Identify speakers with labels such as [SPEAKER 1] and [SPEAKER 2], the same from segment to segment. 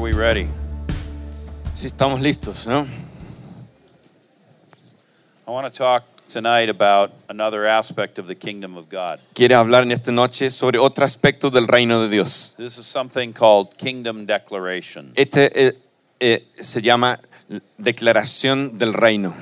[SPEAKER 1] we ready?
[SPEAKER 2] Si estamos listos, ¿no?
[SPEAKER 1] I want to talk tonight about another aspect of the kingdom of God.
[SPEAKER 2] Quiere hablar en esta noche sobre otro aspecto del reino de Dios.
[SPEAKER 1] This is something called kingdom declaration.
[SPEAKER 2] Este eh, eh, se llama declaración del reino.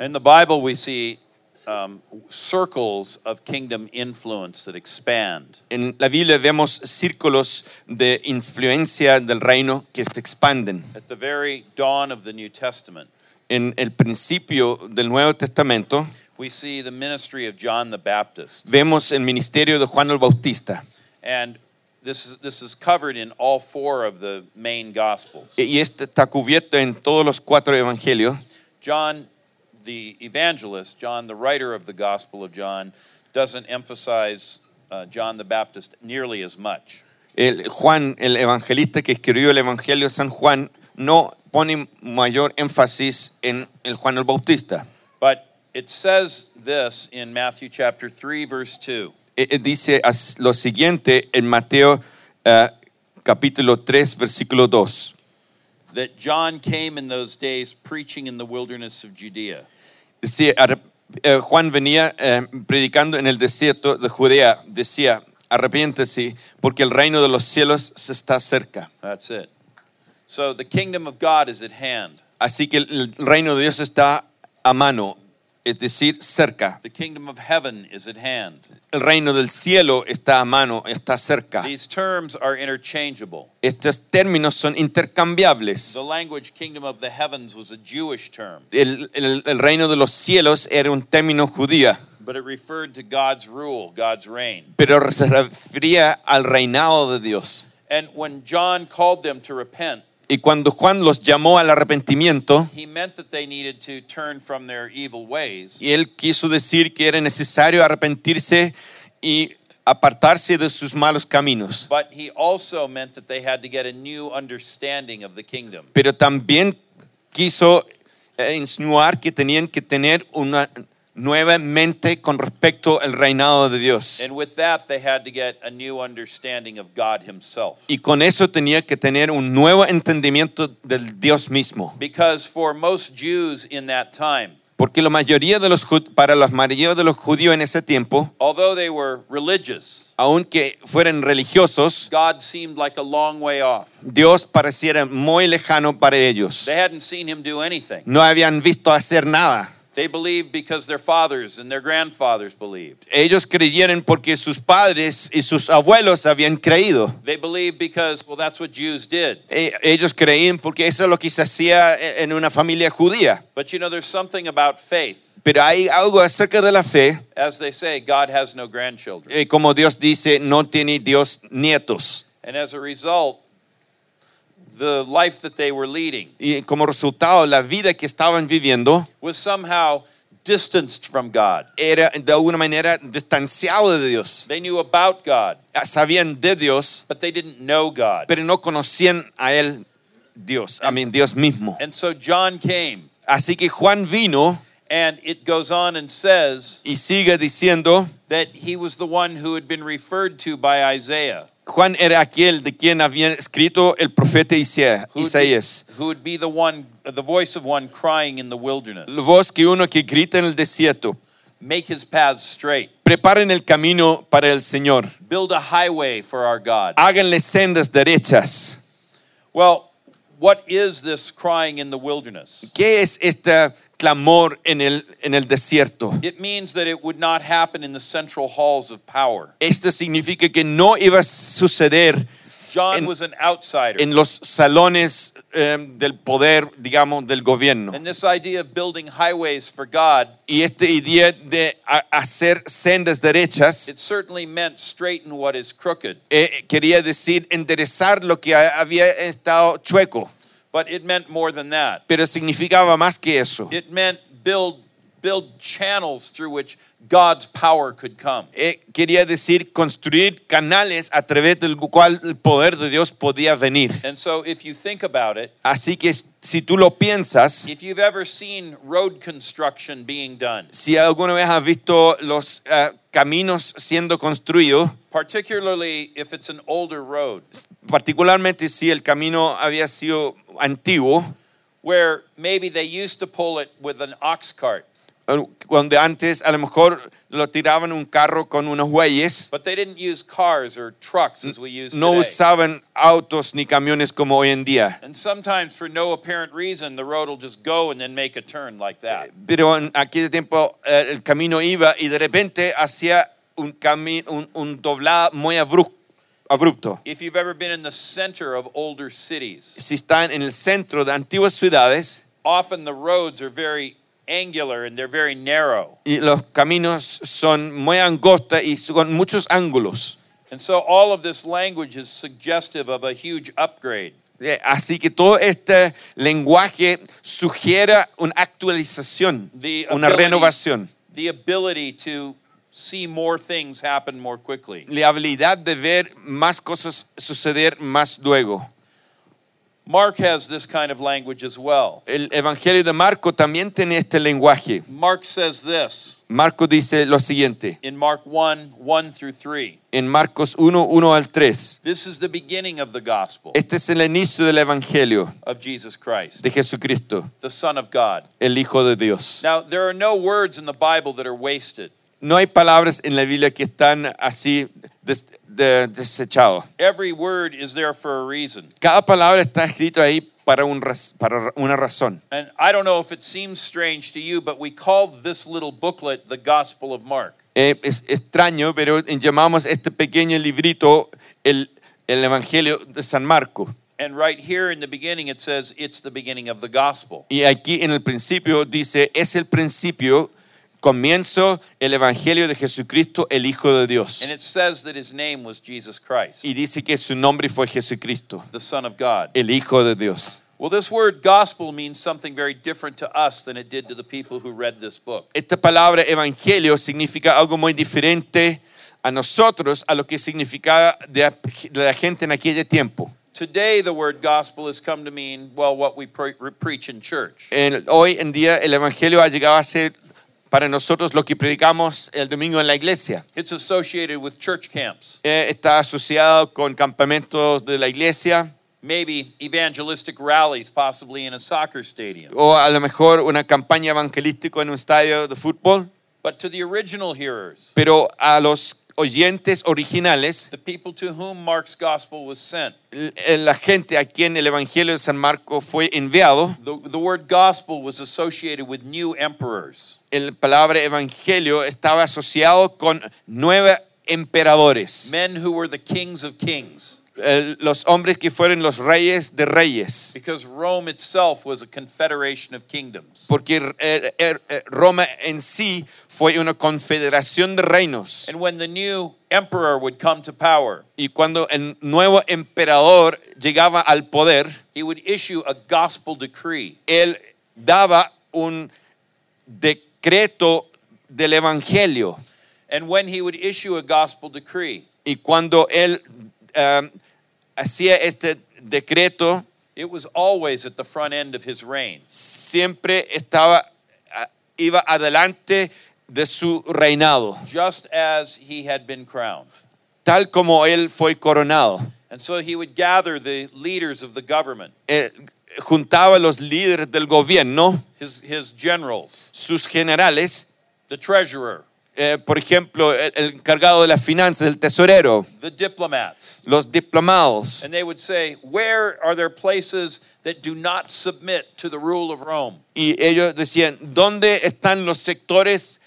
[SPEAKER 1] In the Bible, we see um, circles of kingdom influence that expand.
[SPEAKER 2] En la Biblia vemos círculos de influencia del reino que se expanden.
[SPEAKER 1] At the very dawn of the New Testament,
[SPEAKER 2] En el principio del Nuevo Testamento
[SPEAKER 1] we see the ministry of John the Baptist.
[SPEAKER 2] vemos el ministerio de Juan el Bautista.
[SPEAKER 1] And this is, this is covered in all four of the main gospels.
[SPEAKER 2] Y este está cubierto en todos los cuatro evangelios.
[SPEAKER 1] John, the evangelist, John, the writer of the Gospel of John, doesn't emphasize uh, John the Baptist nearly as much.
[SPEAKER 2] El Juan, el evangelista que escribió el Evangelio de San Juan, no pone mayor énfasis en el Juan el Bautista.
[SPEAKER 1] But it says this in Matthew chapter 3, verse 2.
[SPEAKER 2] Eh, eh, Dice as- lo siguiente en Mateo eh, capítulo 3, versículo 2.
[SPEAKER 1] that John came in those days preaching in the wilderness of Judea,
[SPEAKER 2] Dice, "Arre- eh, Juan venía eh, predicando en el desierto de Judea, decía, arrepiéntese porque el reino de los cielos se está cerca.
[SPEAKER 1] that's it. So the kingdom of God is at hand.
[SPEAKER 2] Así que el el reino de Dios está a mano, es decir, cerca.
[SPEAKER 1] The kingdom of heaven is at hand.
[SPEAKER 2] El reino del cielo está a mano, está cerca.
[SPEAKER 1] These terms are interchangeable.
[SPEAKER 2] Estos términos son intercambiables.
[SPEAKER 1] The language kingdom of the heavens was a Jewish term,
[SPEAKER 2] El, el- el reino de los cielos era un término judía,
[SPEAKER 1] but it referred to God's rule, God's reign.
[SPEAKER 2] pero se refería al reinado de Dios.
[SPEAKER 1] And when John called them to repent,
[SPEAKER 2] Y cuando Juan los llamó al arrepentimiento,
[SPEAKER 1] he meant that they needed to turn from their evil ways
[SPEAKER 2] y él quiso decir que era necesario arrepentirse y apartarse de sus malos caminos.
[SPEAKER 1] but he also meant that they had to get a new understanding of the kingdom
[SPEAKER 2] Pero también quiso eh, insinuar que tenían que tener una nueva mente con respecto al reinado de Dios.
[SPEAKER 1] And with that, they had to get a new understanding of God Himself.
[SPEAKER 2] Y con eso tenía que tener un nuevo entendimiento del Dios mismo.
[SPEAKER 1] Because for most Jews in that time,
[SPEAKER 2] Porque la mayoría de los ju- para la mayoría de los judíos en ese tiempo,
[SPEAKER 1] although they were religious,
[SPEAKER 2] aunque fueran religiosos,
[SPEAKER 1] God seemed like a long way off.
[SPEAKER 2] Dios pareciera muy lejano para ellos.
[SPEAKER 1] They hadn't seen Him do anything.
[SPEAKER 2] No habían visto hacer nada.
[SPEAKER 1] They believed because their fathers and their grandfathers believed.
[SPEAKER 2] Ellos creyeron porque sus padres y sus abuelos habían creído.
[SPEAKER 1] They believed because, well, that's what Jews did.
[SPEAKER 2] E- Ellos creían porque eso es lo que se hacía e- en una familia judía.
[SPEAKER 1] But you know, there's something about faith.
[SPEAKER 2] Pero hay algo acerca de la fe,
[SPEAKER 1] As they say, God has no grandchildren.
[SPEAKER 2] eh, como Dios dice, no tiene Dios nietos.
[SPEAKER 1] And as a result, the life that they were leading
[SPEAKER 2] y como resultado la vida que estaban viviendo
[SPEAKER 1] was somehow distanced from God.
[SPEAKER 2] era de alguna manera distanciado de Dios. Ah,
[SPEAKER 1] They knew about God,
[SPEAKER 2] Sabían de Dios,
[SPEAKER 1] but they didn't know God.
[SPEAKER 2] pero no conocían a él Dios, a mí Dios mismo.
[SPEAKER 1] And so John came,
[SPEAKER 2] Así que Juan vino
[SPEAKER 1] and it goes on and says
[SPEAKER 2] y sigue diciendo,
[SPEAKER 1] that he was the one who had been referred to by Isaiah,
[SPEAKER 2] Juan era aquel de quien había escrito el profeta Isaías,
[SPEAKER 1] who would be-
[SPEAKER 2] Isaías,
[SPEAKER 1] who would be the one, the voice of one crying in the wilderness,
[SPEAKER 2] la voz que uno que grita en el desierto,
[SPEAKER 1] make his paths straight,
[SPEAKER 2] preparen el camino para el Señor,
[SPEAKER 1] build a highway for our God.
[SPEAKER 2] háganle sendas derechas.
[SPEAKER 1] Well, what is this crying in the wilderness?
[SPEAKER 2] ¿Qué es este clamor en el, en el desierto?
[SPEAKER 1] It means that it would not happen in the central halls of power.
[SPEAKER 2] Esto significa que no iba a suceder
[SPEAKER 1] John
[SPEAKER 2] En-
[SPEAKER 1] was an outsider.
[SPEAKER 2] en los salones eh, del poder, digamos, del gobierno.
[SPEAKER 1] And this idea of building highways for God,
[SPEAKER 2] Y esta idea de a- hacer sendas derechas
[SPEAKER 1] it certainly meant straighten what is crooked,
[SPEAKER 2] eh, quería decir enderezar lo que ha- había estado chueco,
[SPEAKER 1] but it meant more than that.
[SPEAKER 2] pero significaba más que eso.
[SPEAKER 1] It meant build build channels through which God's power could come.
[SPEAKER 2] Eh, quería decir construir canales a través del cual el poder de Dios podía venir.
[SPEAKER 1] And so if you think about it,
[SPEAKER 2] Así que si tú lo piensas,
[SPEAKER 1] if you've ever seen road construction being done,
[SPEAKER 2] si alguna vez has visto los eh, caminos siendo construidos,
[SPEAKER 1] particularly if it's an older road
[SPEAKER 2] particularmente si el camino había sido antiguo,
[SPEAKER 1] where maybe they used to pull it with an ox cart,
[SPEAKER 2] donde eh, antes a lo mejor lo tiraban un carro con unos bueyes,
[SPEAKER 1] but they didn't use cars or trucks as we use
[SPEAKER 2] no
[SPEAKER 1] today.
[SPEAKER 2] usaban autos ni camiones como hoy en día.
[SPEAKER 1] and sometimes for no apparent reason, the road will just go and then make a turn like that.
[SPEAKER 2] Pero en aquel tiempo eh, el camino iba y de repente hacía un, cami- un, un doblado muy abru- abrupto.
[SPEAKER 1] If you've ever been in the center of older cities,
[SPEAKER 2] Si están en el centro de antiguas ciudades
[SPEAKER 1] often the roads are very angular and they're very narrow.
[SPEAKER 2] y los caminos son muy angostos y con muchos ángulos.
[SPEAKER 1] And so all of this language is suggestive of a huge upgrade.
[SPEAKER 2] Eh, Así que todo este lenguaje sugiere una actualización,
[SPEAKER 1] The
[SPEAKER 2] una
[SPEAKER 1] ability-
[SPEAKER 2] renovación,
[SPEAKER 1] The ability to see more things happen more quickly.
[SPEAKER 2] la habilidad de ver más cosas suceder más luego.
[SPEAKER 1] Mark has this kind of language as well.
[SPEAKER 2] El Evangelio de Marco también tiene este lenguaje.
[SPEAKER 1] Mark says this
[SPEAKER 2] Marco dice lo siguiente,
[SPEAKER 1] in Mark 1 1 through 3.
[SPEAKER 2] en Marcos 1, 1 al 3.
[SPEAKER 1] This is the beginning of the gospel
[SPEAKER 2] Este es el inicio del Evangelio
[SPEAKER 1] of Jesus Christ,
[SPEAKER 2] de Jesucristo,
[SPEAKER 1] the Son of God.
[SPEAKER 2] el Hijo de Dios.
[SPEAKER 1] Now, there are no words in the Bible that are wasted.
[SPEAKER 2] No hay palabras en la Biblia que están así des- de- desechadas.
[SPEAKER 1] Every word is there for a reason.
[SPEAKER 2] Cada palabra está escrita ahí para, un raz- para una razón.
[SPEAKER 1] And I don't know if it seems strange to you, but we call this little booklet the Gospel of Mark.
[SPEAKER 2] Eh, es extraño, pero llamamos este pequeño librito el, el Evangelio de San Marco.
[SPEAKER 1] And right here in the beginning, it says it's the beginning of the gospel.
[SPEAKER 2] Y aquí en el principio dice, es el principio, comienzo el Evangelio de Jesucristo, el Hijo de Dios.
[SPEAKER 1] And it says that his name was Jesus Christ,
[SPEAKER 2] Y dice que su nombre fue Jesucristo,
[SPEAKER 1] the Son of God.
[SPEAKER 2] el Hijo de Dios.
[SPEAKER 1] Well, this word gospel means something very different to us than it did to the people who read this book.
[SPEAKER 2] Esta palabra Evangelio significa algo muy diferente a nosotros, a lo que significaba de a- de la gente en aquel tiempo.
[SPEAKER 1] Today, the word gospel has come to mean, well, what we pre- re- preach in church.
[SPEAKER 2] El- hoy en día el Evangelio ha llegado a ser para nosotros lo que predicamos el domingo en la iglesia.
[SPEAKER 1] It's associated with church camps,
[SPEAKER 2] Eh, está asociado con campamentos de la iglesia
[SPEAKER 1] maybe evangelistic rallies, possibly in a soccer stadium.
[SPEAKER 2] o a lo mejor una campaña evangelística en un estadio de fútbol,
[SPEAKER 1] But to the original hearers,
[SPEAKER 2] pero a los oyentes originales,
[SPEAKER 1] the people to whom Mark's gospel was sent,
[SPEAKER 2] l- eh, la gente a quien el Evangelio de San Marco fue enviado,
[SPEAKER 1] the, the word gospel was associated with new emperors.
[SPEAKER 2] la palabra Evangelio estaba asociado con nueve emperadores,
[SPEAKER 1] men who were the kings of kings,
[SPEAKER 2] eh, los hombres que fueron los reyes de reyes.
[SPEAKER 1] because Rome itself was a confederation of kingdoms.
[SPEAKER 2] porque eh, eh, eh, Roma en sí fue una confederación de reinos.
[SPEAKER 1] And when the new emperor would come to power,
[SPEAKER 2] Y cuando el nuevo emperador llegaba al poder,
[SPEAKER 1] he would issue a gospel decree
[SPEAKER 2] él daba un decreto del Evangelio.
[SPEAKER 1] And when he would issue a gospel decree,
[SPEAKER 2] Y cuando él eh, hacía este decreto,
[SPEAKER 1] it was always at the front end of his reign.
[SPEAKER 2] siempre estaba, ah, iba adelante de su reinado,
[SPEAKER 1] just as he had been crowned.
[SPEAKER 2] tal como él fue coronado.
[SPEAKER 1] And so he would gather the leaders of the government,
[SPEAKER 2] eh, juntaba los líderes del gobierno,
[SPEAKER 1] his, his generals,
[SPEAKER 2] sus generales,
[SPEAKER 1] the treasurer,
[SPEAKER 2] eh, por ejemplo, el, el encargado de las finanzas, el tesorero,
[SPEAKER 1] the diplomats,
[SPEAKER 2] los diplomados,
[SPEAKER 1] and they would say, Where are there places that do not submit to the rule of Rome?
[SPEAKER 2] y ellos decían, ¿dónde están los sectores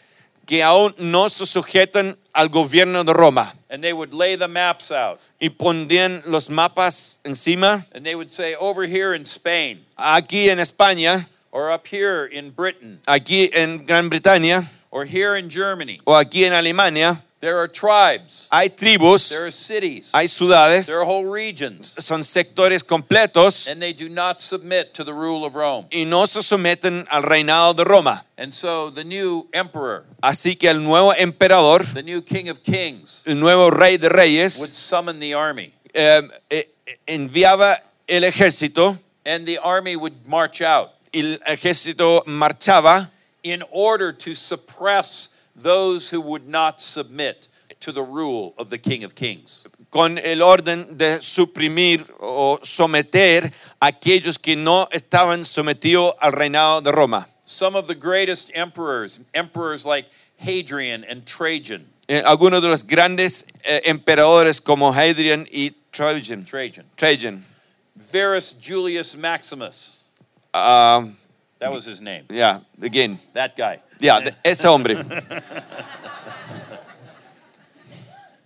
[SPEAKER 2] que aún no se sujetan al gobierno de Roma?
[SPEAKER 1] And they would lay the maps out,
[SPEAKER 2] Y pondrían los mapas encima,
[SPEAKER 1] and they would say, Over here in Spain,
[SPEAKER 2] aquí en España,
[SPEAKER 1] or up here in Britain,
[SPEAKER 2] aquí en Gran Bretaña
[SPEAKER 1] or here in Germany,
[SPEAKER 2] o aquí en Alemania,
[SPEAKER 1] there are tribes,
[SPEAKER 2] hay tribus,
[SPEAKER 1] there are cities,
[SPEAKER 2] hay ciudades,
[SPEAKER 1] there are whole regions,
[SPEAKER 2] son sectores completos
[SPEAKER 1] and they do not submit to the rule of Rome.
[SPEAKER 2] y no se someten al reinado de Roma.
[SPEAKER 1] And so the new emperor,
[SPEAKER 2] Así que el nuevo emperador,
[SPEAKER 1] the new king of kings,
[SPEAKER 2] el nuevo rey de
[SPEAKER 1] would
[SPEAKER 2] reyes,
[SPEAKER 1] summon the army,
[SPEAKER 2] eh, eh, enviaba el ejército
[SPEAKER 1] and the army would march out
[SPEAKER 2] y el ejército marchaba
[SPEAKER 1] in order to suppress those who would not submit to the rule of the King of Kings.
[SPEAKER 2] con el orden de suprimir o someter a aquellos que no estaban sometidos al reinado de Roma.
[SPEAKER 1] Some of the greatest emperors, emperors like Hadrian and Trajan,
[SPEAKER 2] Eh, algunos de los grandes eh, emperadores como Hadrian y Trajan,
[SPEAKER 1] Trajan,
[SPEAKER 2] Trajan
[SPEAKER 1] Verus Julius Maximus,
[SPEAKER 2] um,
[SPEAKER 1] that was his name,
[SPEAKER 2] yeah, again,
[SPEAKER 1] that guy.
[SPEAKER 2] yeah, de- ese hombre,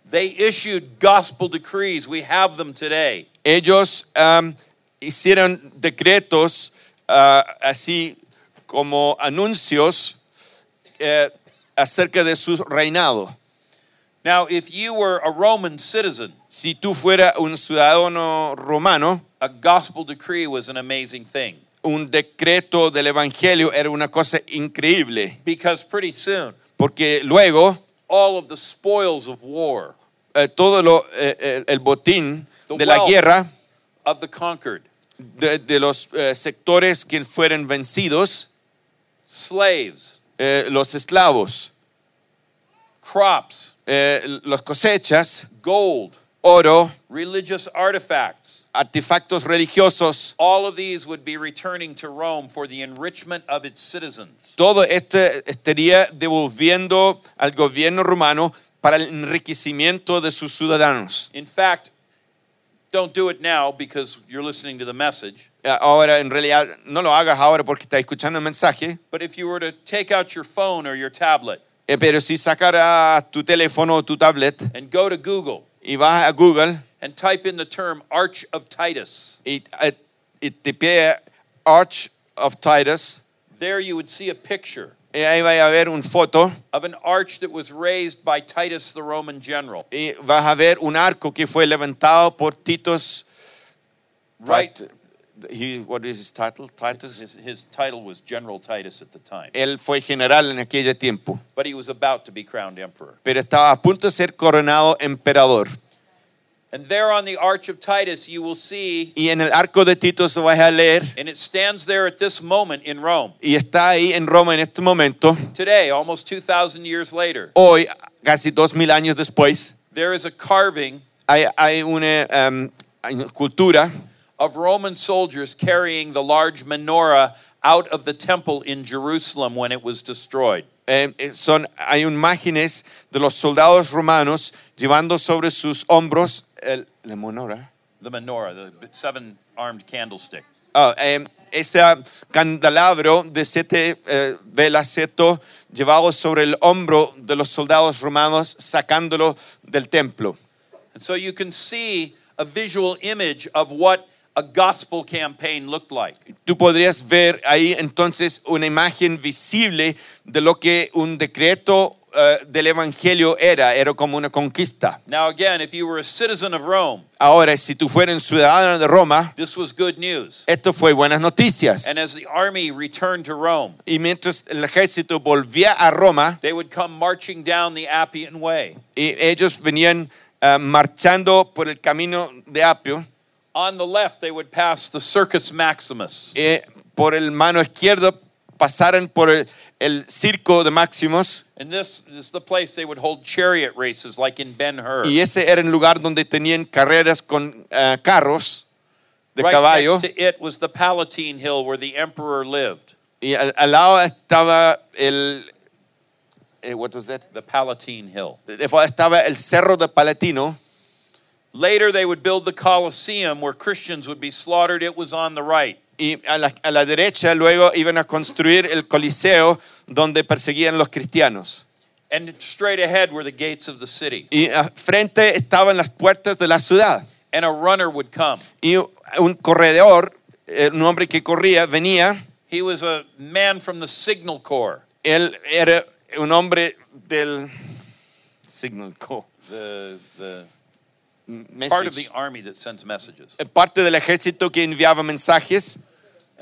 [SPEAKER 1] They issued gospel decrees. We have them today.
[SPEAKER 2] ellos um, hicieron decretos ah, así como anuncios eh, acerca de su reinado.
[SPEAKER 1] Now, if you were a Roman citizen,
[SPEAKER 2] Si tú fueras un ciudadano romano,
[SPEAKER 1] a gospel decree was an amazing thing
[SPEAKER 2] un decreto del Evangelio era una cosa increíble,
[SPEAKER 1] because pretty soon
[SPEAKER 2] porque luego
[SPEAKER 1] all of the spoils of war
[SPEAKER 2] eh, todo lo, eh, eh, el botín
[SPEAKER 1] The
[SPEAKER 2] de la
[SPEAKER 1] wealth.
[SPEAKER 2] guerra,
[SPEAKER 1] of the conquered,
[SPEAKER 2] de, de los eh, sectores que fueron vencidos,
[SPEAKER 1] slaves,
[SPEAKER 2] eh, los esclavos,
[SPEAKER 1] crops,
[SPEAKER 2] eh, las cosechas,
[SPEAKER 1] gold,
[SPEAKER 2] oro,
[SPEAKER 1] religious artifacts,
[SPEAKER 2] artefactos religiosos,
[SPEAKER 1] all of these would be returning to Rome for the enrichment of its citizens.
[SPEAKER 2] todo esto estaría devolviendo al gobierno romano para el enriquecimiento de sus ciudadanos.
[SPEAKER 1] In fact, don't do it now because you're listening to the message.
[SPEAKER 2] Ahora, en realidad, no lo hagas ahora porque estás escuchando el mensaje.
[SPEAKER 1] But if you were to take out your phone or your tablet
[SPEAKER 2] Eh, pero si sacarás tu teléfono o tu tablet
[SPEAKER 1] and go to Google
[SPEAKER 2] y vas a Google
[SPEAKER 1] and type in the term Arch of Titus,
[SPEAKER 2] y, eh, y tipea Arch of Titus,
[SPEAKER 1] there you would see a picture
[SPEAKER 2] eh, ahí vas a ver una foto
[SPEAKER 1] of an arch that was raised by Titus the Roman general,
[SPEAKER 2] y vas a ver un arco que fue levantado por Titus.
[SPEAKER 1] right?
[SPEAKER 2] Tit- he- what is his title? Titus.
[SPEAKER 1] His, his title was General Titus at the time,
[SPEAKER 2] Él fue general en aquel tiempo,
[SPEAKER 1] but he was about to be crowned emperor.
[SPEAKER 2] pero estaba a punto de ser coronado emperador.
[SPEAKER 1] And there on the Arch of Titus, you will see,
[SPEAKER 2] Y en el arco de Tito se vas a leer
[SPEAKER 1] and it stands there at this moment in Rome,
[SPEAKER 2] y está ahí en Roma en este momento,
[SPEAKER 1] today, almost 2,000 years later.
[SPEAKER 2] hoy, casi dos mil años después.
[SPEAKER 1] There is a carving
[SPEAKER 2] hay, hay una em, hay una cultura
[SPEAKER 1] of Roman soldiers carrying the large menorah out of the temple in Jerusalem when it was destroyed.
[SPEAKER 2] em, eh, son, hay imágenes de los soldados romanos llevando sobre sus hombros el, la monora,
[SPEAKER 1] The menorah, the seven armed candlestick.
[SPEAKER 2] Ah, em, ese candelabro de siete eh, velas, seto, llevado sobre el hombro de los soldados romanos, sacándolo del templo.
[SPEAKER 1] And so you can see a visual image of what a gospel campaign looked like.
[SPEAKER 2] Tú podrías ver ahí entonces una imagen visible de lo que un decreto eh, del Evangelio era, era como una conquista.
[SPEAKER 1] Now, again, if you were a citizen of Rome,
[SPEAKER 2] Ahora, si tú fueras un ciudadano de Roma,
[SPEAKER 1] this was good news.
[SPEAKER 2] esto fue buenas noticias.
[SPEAKER 1] And as the army returned to Rome,
[SPEAKER 2] Y mientras el ejército volvía a Roma,
[SPEAKER 1] they would come marching down the Appian Way.
[SPEAKER 2] y ellos venían ah, marchando por el camino de Apio,
[SPEAKER 1] On the left, they would pass the Circus Maximus.
[SPEAKER 2] eh, por el mano izquierdo pasaron por el, el circo de Máximos,
[SPEAKER 1] And this is the place they would hold chariot races like in Ben Hur.
[SPEAKER 2] y ese era el lugar donde tenían carreras con ah, carros de
[SPEAKER 1] right
[SPEAKER 2] caballo,
[SPEAKER 1] next to it was the Palatine Hill where the emperor lived.
[SPEAKER 2] y al, al lado estaba el... eh, what was that?
[SPEAKER 1] The Palatine Hill.
[SPEAKER 2] Estaba el cerro de Palatino.
[SPEAKER 1] Later, they would build the Colosseum where Christians would be slaughtered. It was on the right.
[SPEAKER 2] Y a la, a la derecha luego iban a construir el Coliseo donde perseguían los cristianos.
[SPEAKER 1] And straight ahead were the gates of the city.
[SPEAKER 2] Y ah, frente estaban las puertas de la ciudad.
[SPEAKER 1] And a runner would come.
[SPEAKER 2] Y un corredor, eh, un hombre que corría, venía.
[SPEAKER 1] He was a man from the Signal Corps,
[SPEAKER 2] Él era un hombre del Signal Corps.
[SPEAKER 1] the, the
[SPEAKER 2] message.
[SPEAKER 1] part of the army that sends messages.
[SPEAKER 2] Eh, parte del ejército que enviaba mensajes.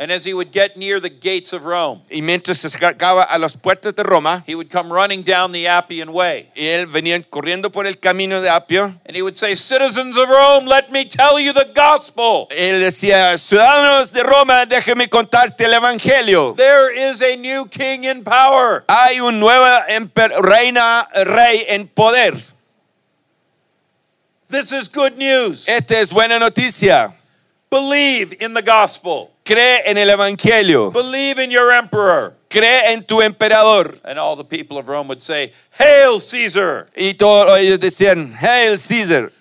[SPEAKER 1] And as he would get near the gates of Rome,
[SPEAKER 2] Y mientras se acercaba a las puertas de Roma,
[SPEAKER 1] he would come running down the Appian Way.
[SPEAKER 2] y él venía corriendo por el camino de Apio.
[SPEAKER 1] And he would say, Citizens of Rome, let me tell you the gospel.
[SPEAKER 2] Él decía, ciudadanos de Roma, déjeme contarte el Evangelio.
[SPEAKER 1] There is a new king in power.
[SPEAKER 2] Hay un nuevo emper- reina, rey en poder.
[SPEAKER 1] This is good news.
[SPEAKER 2] Esta es buena noticia.
[SPEAKER 1] Believe in the gospel,
[SPEAKER 2] Cree en el Evangelio.
[SPEAKER 1] believe in your emperor.
[SPEAKER 2] Cree en tu emperador.
[SPEAKER 1] And all the people of Rome would say, Hail Caesar!
[SPEAKER 2] Y todos ellos decían, Hail Caesar.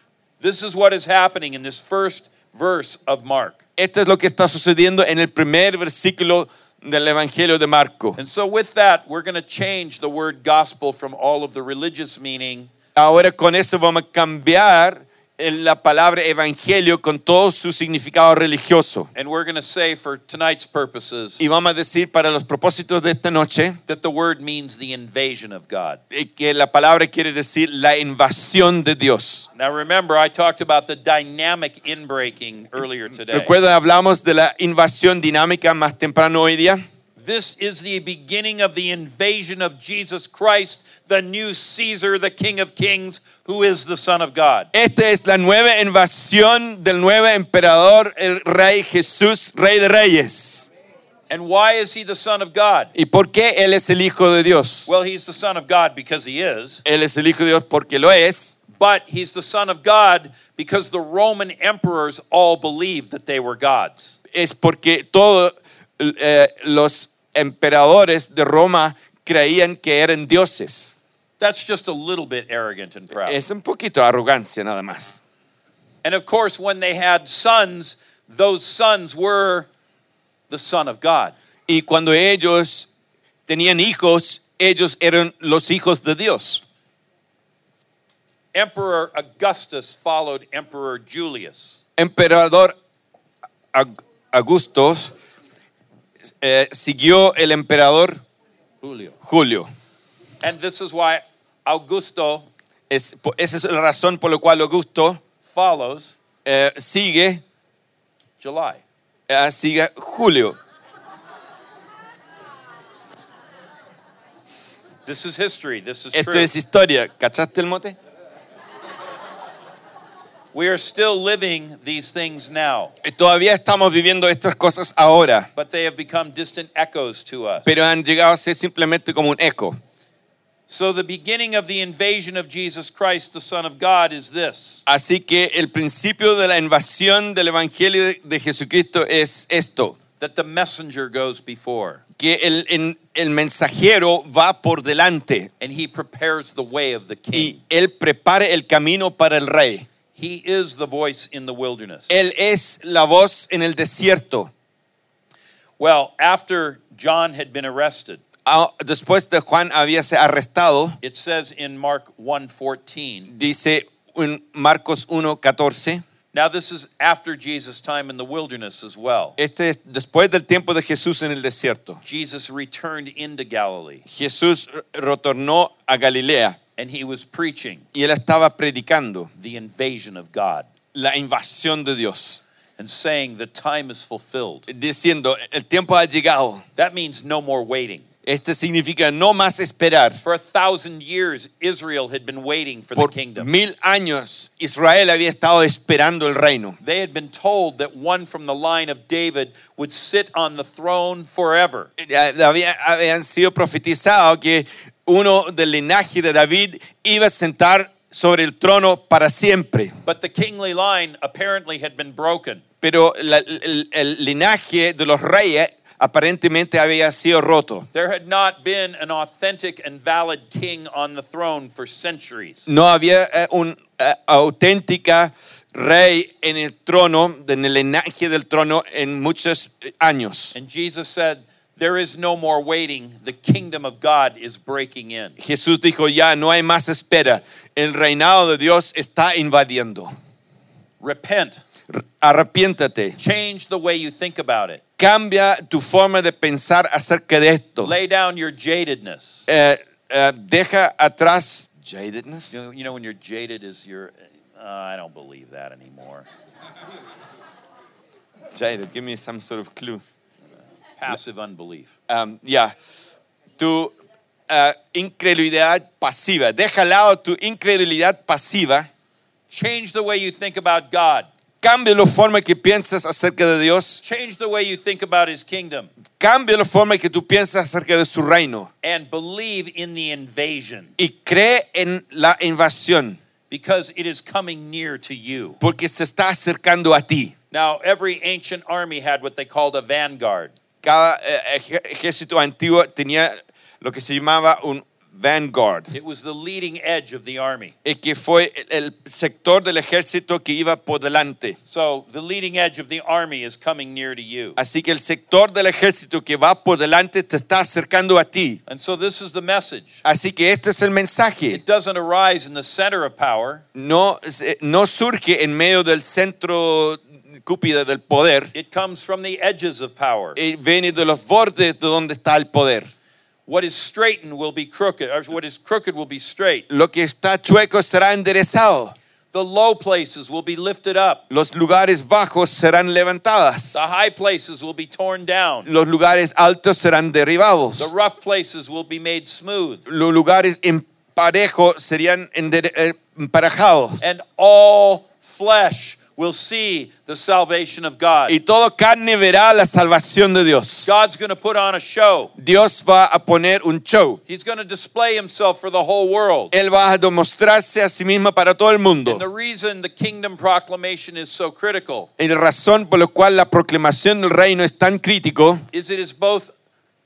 [SPEAKER 1] This is what is happening in this first verse of Mark.
[SPEAKER 2] Esto es lo que está sucediendo en el primer versículo del Evangelio de Marco.
[SPEAKER 1] And so, with that, we're going to change the word gospel from all of the religious meaning
[SPEAKER 2] Ahora con eso vamos a cambiar el- la palabra evangelio con todo su significado religioso.
[SPEAKER 1] And we're going to say for tonight's purposes
[SPEAKER 2] Y vamos a decir para los propósitos de esta noche
[SPEAKER 1] that the word means the invasion of God.
[SPEAKER 2] eh, que la palabra quiere decir la invasión de Dios.
[SPEAKER 1] Now, remember, I talked about the dynamic inbreaking earlier today.
[SPEAKER 2] Recuerda, hablamos de la invasión dinámica más temprano hoy día.
[SPEAKER 1] This is the beginning of the invasion of Jesus Christ, the new Caesar, the King of Kings, who is the Son of God.
[SPEAKER 2] Esta es la nueva invasión del nuevo emperador, el rey Jesús, rey de reyes.
[SPEAKER 1] And why is he the Son of God?
[SPEAKER 2] ¿Y por qué Él es el Hijo de Dios?
[SPEAKER 1] Well, he's the Son of God because he is,
[SPEAKER 2] Él es el Hijo de Dios porque lo es,
[SPEAKER 1] but he's the Son of God because the Roman emperors all believed that they were gods.
[SPEAKER 2] es porque todos los emperadores de Roma creían que eran dioses.
[SPEAKER 1] That's just a little bit arrogant and proud.
[SPEAKER 2] Es un poquito arrogancia nada más.
[SPEAKER 1] And of course, when they had sons, those sons were the Son of God.
[SPEAKER 2] Y cuando ellos tenían hijos, ellos eran los hijos de Dios.
[SPEAKER 1] Emperor Augustus followed Emperor Julius.
[SPEAKER 2] Emperador Ag- Augusto eh, siguió el emperador
[SPEAKER 1] Julio.
[SPEAKER 2] Julio.
[SPEAKER 1] And this is why Augusto
[SPEAKER 2] Es, po- esa es la razón por la cual Augusto
[SPEAKER 1] follows
[SPEAKER 2] eh, sigue,
[SPEAKER 1] July.
[SPEAKER 2] eh, sigue Julio.
[SPEAKER 1] This is history. This is
[SPEAKER 2] Esto
[SPEAKER 1] true.
[SPEAKER 2] es historia. ¿Cachaste el mote?
[SPEAKER 1] We are still living these things now,
[SPEAKER 2] Eh, Todavía estamos viviendo estas cosas ahora,
[SPEAKER 1] but they have become distant echoes to us.
[SPEAKER 2] pero han llegado a ser simplemente como un eco.
[SPEAKER 1] So the beginning of the invasion of Jesus Christ, the Son of God, is this.
[SPEAKER 2] Así que el principio de la invasión del Evangelio de- de Jesucristo es esto,
[SPEAKER 1] That the messenger goes before
[SPEAKER 2] que el, en- el mensajero va por delante
[SPEAKER 1] and he prepares the way of the king.
[SPEAKER 2] y él prepara el camino para el rey.
[SPEAKER 1] He is the voice in the wilderness.
[SPEAKER 2] Él es la voz en el desierto.
[SPEAKER 1] Well, after John had been arrested,
[SPEAKER 2] Ah, Después de Juan había sido arrestado,
[SPEAKER 1] it says in Mark 1:14,
[SPEAKER 2] dice en Marcos 1.14,
[SPEAKER 1] Now, this is after Jesus' time in the wilderness as well.
[SPEAKER 2] este es después del tiempo de Jesús en el desierto.
[SPEAKER 1] Jesus returned into Galilee
[SPEAKER 2] Jesús retornó a Galilea
[SPEAKER 1] and he was preaching
[SPEAKER 2] y él estaba predicando
[SPEAKER 1] the invasion of God
[SPEAKER 2] la invasión de Dios,
[SPEAKER 1] and saying, The time is fulfilled.
[SPEAKER 2] diciendo, el tiempo ha llegado.
[SPEAKER 1] That means no more waiting.
[SPEAKER 2] Este significa no más esperar.
[SPEAKER 1] For a thousand years, Israel had been waiting for the
[SPEAKER 2] Por
[SPEAKER 1] kingdom.
[SPEAKER 2] mil años Israel había estado esperando el reino.
[SPEAKER 1] They had been told that one from the line of David would sit on the throne forever.
[SPEAKER 2] Eh, había- habían sido profetizados que uno del linaje de David iba a sentar sobre el trono para siempre.
[SPEAKER 1] But the kingly line apparently had been broken.
[SPEAKER 2] Pero la- el- el linaje de los reyes aparentemente había sido roto.
[SPEAKER 1] There had not been an authentic and valid king on the throne for centuries.
[SPEAKER 2] no había eh, un eh, auténtica rey en el trono, en el linaje del trono en muchos eh, años.
[SPEAKER 1] And Jesus said, There is no more waiting. The kingdom of God is breaking in.
[SPEAKER 2] Jesús dijo, ya no hay más espera, el reinado de Dios está invadiendo.
[SPEAKER 1] Repent.
[SPEAKER 2] R- Arrepiéntate,
[SPEAKER 1] Change the way you think about it.
[SPEAKER 2] cambia tu forma de pensar acerca de esto.
[SPEAKER 1] Lay down your jadedness.
[SPEAKER 2] Eh, eh, deja atrás... Jadedness?
[SPEAKER 1] You know, you know when you're jaded is your, uh, I don't believe that anymore.
[SPEAKER 2] Jaded, give me some sort of clue.
[SPEAKER 1] passive unbelief.
[SPEAKER 2] um, yeah, tu ah, incredulidad pasiva. Deja al lado tu incredulidad pasiva.
[SPEAKER 1] Change the way you think about God.
[SPEAKER 2] Cambia la forma que piensas acerca de Dios.
[SPEAKER 1] Change the way you think about his kingdom
[SPEAKER 2] Cambia la forma que tú piensas acerca de su reino.
[SPEAKER 1] and believe in the invasion
[SPEAKER 2] Y cree en la invasión,
[SPEAKER 1] because it is coming near to you.
[SPEAKER 2] porque se está acercando a ti.
[SPEAKER 1] Now, every ancient army had what they called a vanguard.
[SPEAKER 2] Cada eh, ej- ejército antiguo tenía lo que se llamaba un vanguard,
[SPEAKER 1] It was the leading edge of the army.
[SPEAKER 2] eh, que fue el el sector del ejército que iba por delante.
[SPEAKER 1] So, the leading edge of the army is coming near to you.
[SPEAKER 2] Así que el sector del ejército que va por delante te está acercando a ti.
[SPEAKER 1] And so, this is the message.
[SPEAKER 2] Así que este es el mensaje.
[SPEAKER 1] It doesn't arise in the center of power,
[SPEAKER 2] No, se- no surge en medio del centro cúpida del poder,
[SPEAKER 1] it comes from the edges of power.
[SPEAKER 2] eh, viene de los bordes de donde está el poder.
[SPEAKER 1] What is straightened will be crooked, or what is crooked will be straight.
[SPEAKER 2] Lo que está chueco será enderezado,
[SPEAKER 1] The low places will be lifted up,
[SPEAKER 2] los lugares bajos serán levantadas,
[SPEAKER 1] the high places will be torn down,
[SPEAKER 2] los lugares altos serán derribados,
[SPEAKER 1] the rough places will be made smooth,
[SPEAKER 2] los lugares en parejo serían endere- eh, emparejados.
[SPEAKER 1] and all flesh will see the salvation of God.
[SPEAKER 2] Y todo carne verá la salvación de Dios.
[SPEAKER 1] God's going to put on a show.
[SPEAKER 2] Dios va a poner un show.
[SPEAKER 1] He's going to display himself for the whole world.
[SPEAKER 2] Él va a demostrarse a sí mismo para todo el mundo.
[SPEAKER 1] And the reason the kingdom proclamation is so critical
[SPEAKER 2] Y la razón por la cual la proclamación del reino es tan crítico,
[SPEAKER 1] is it is both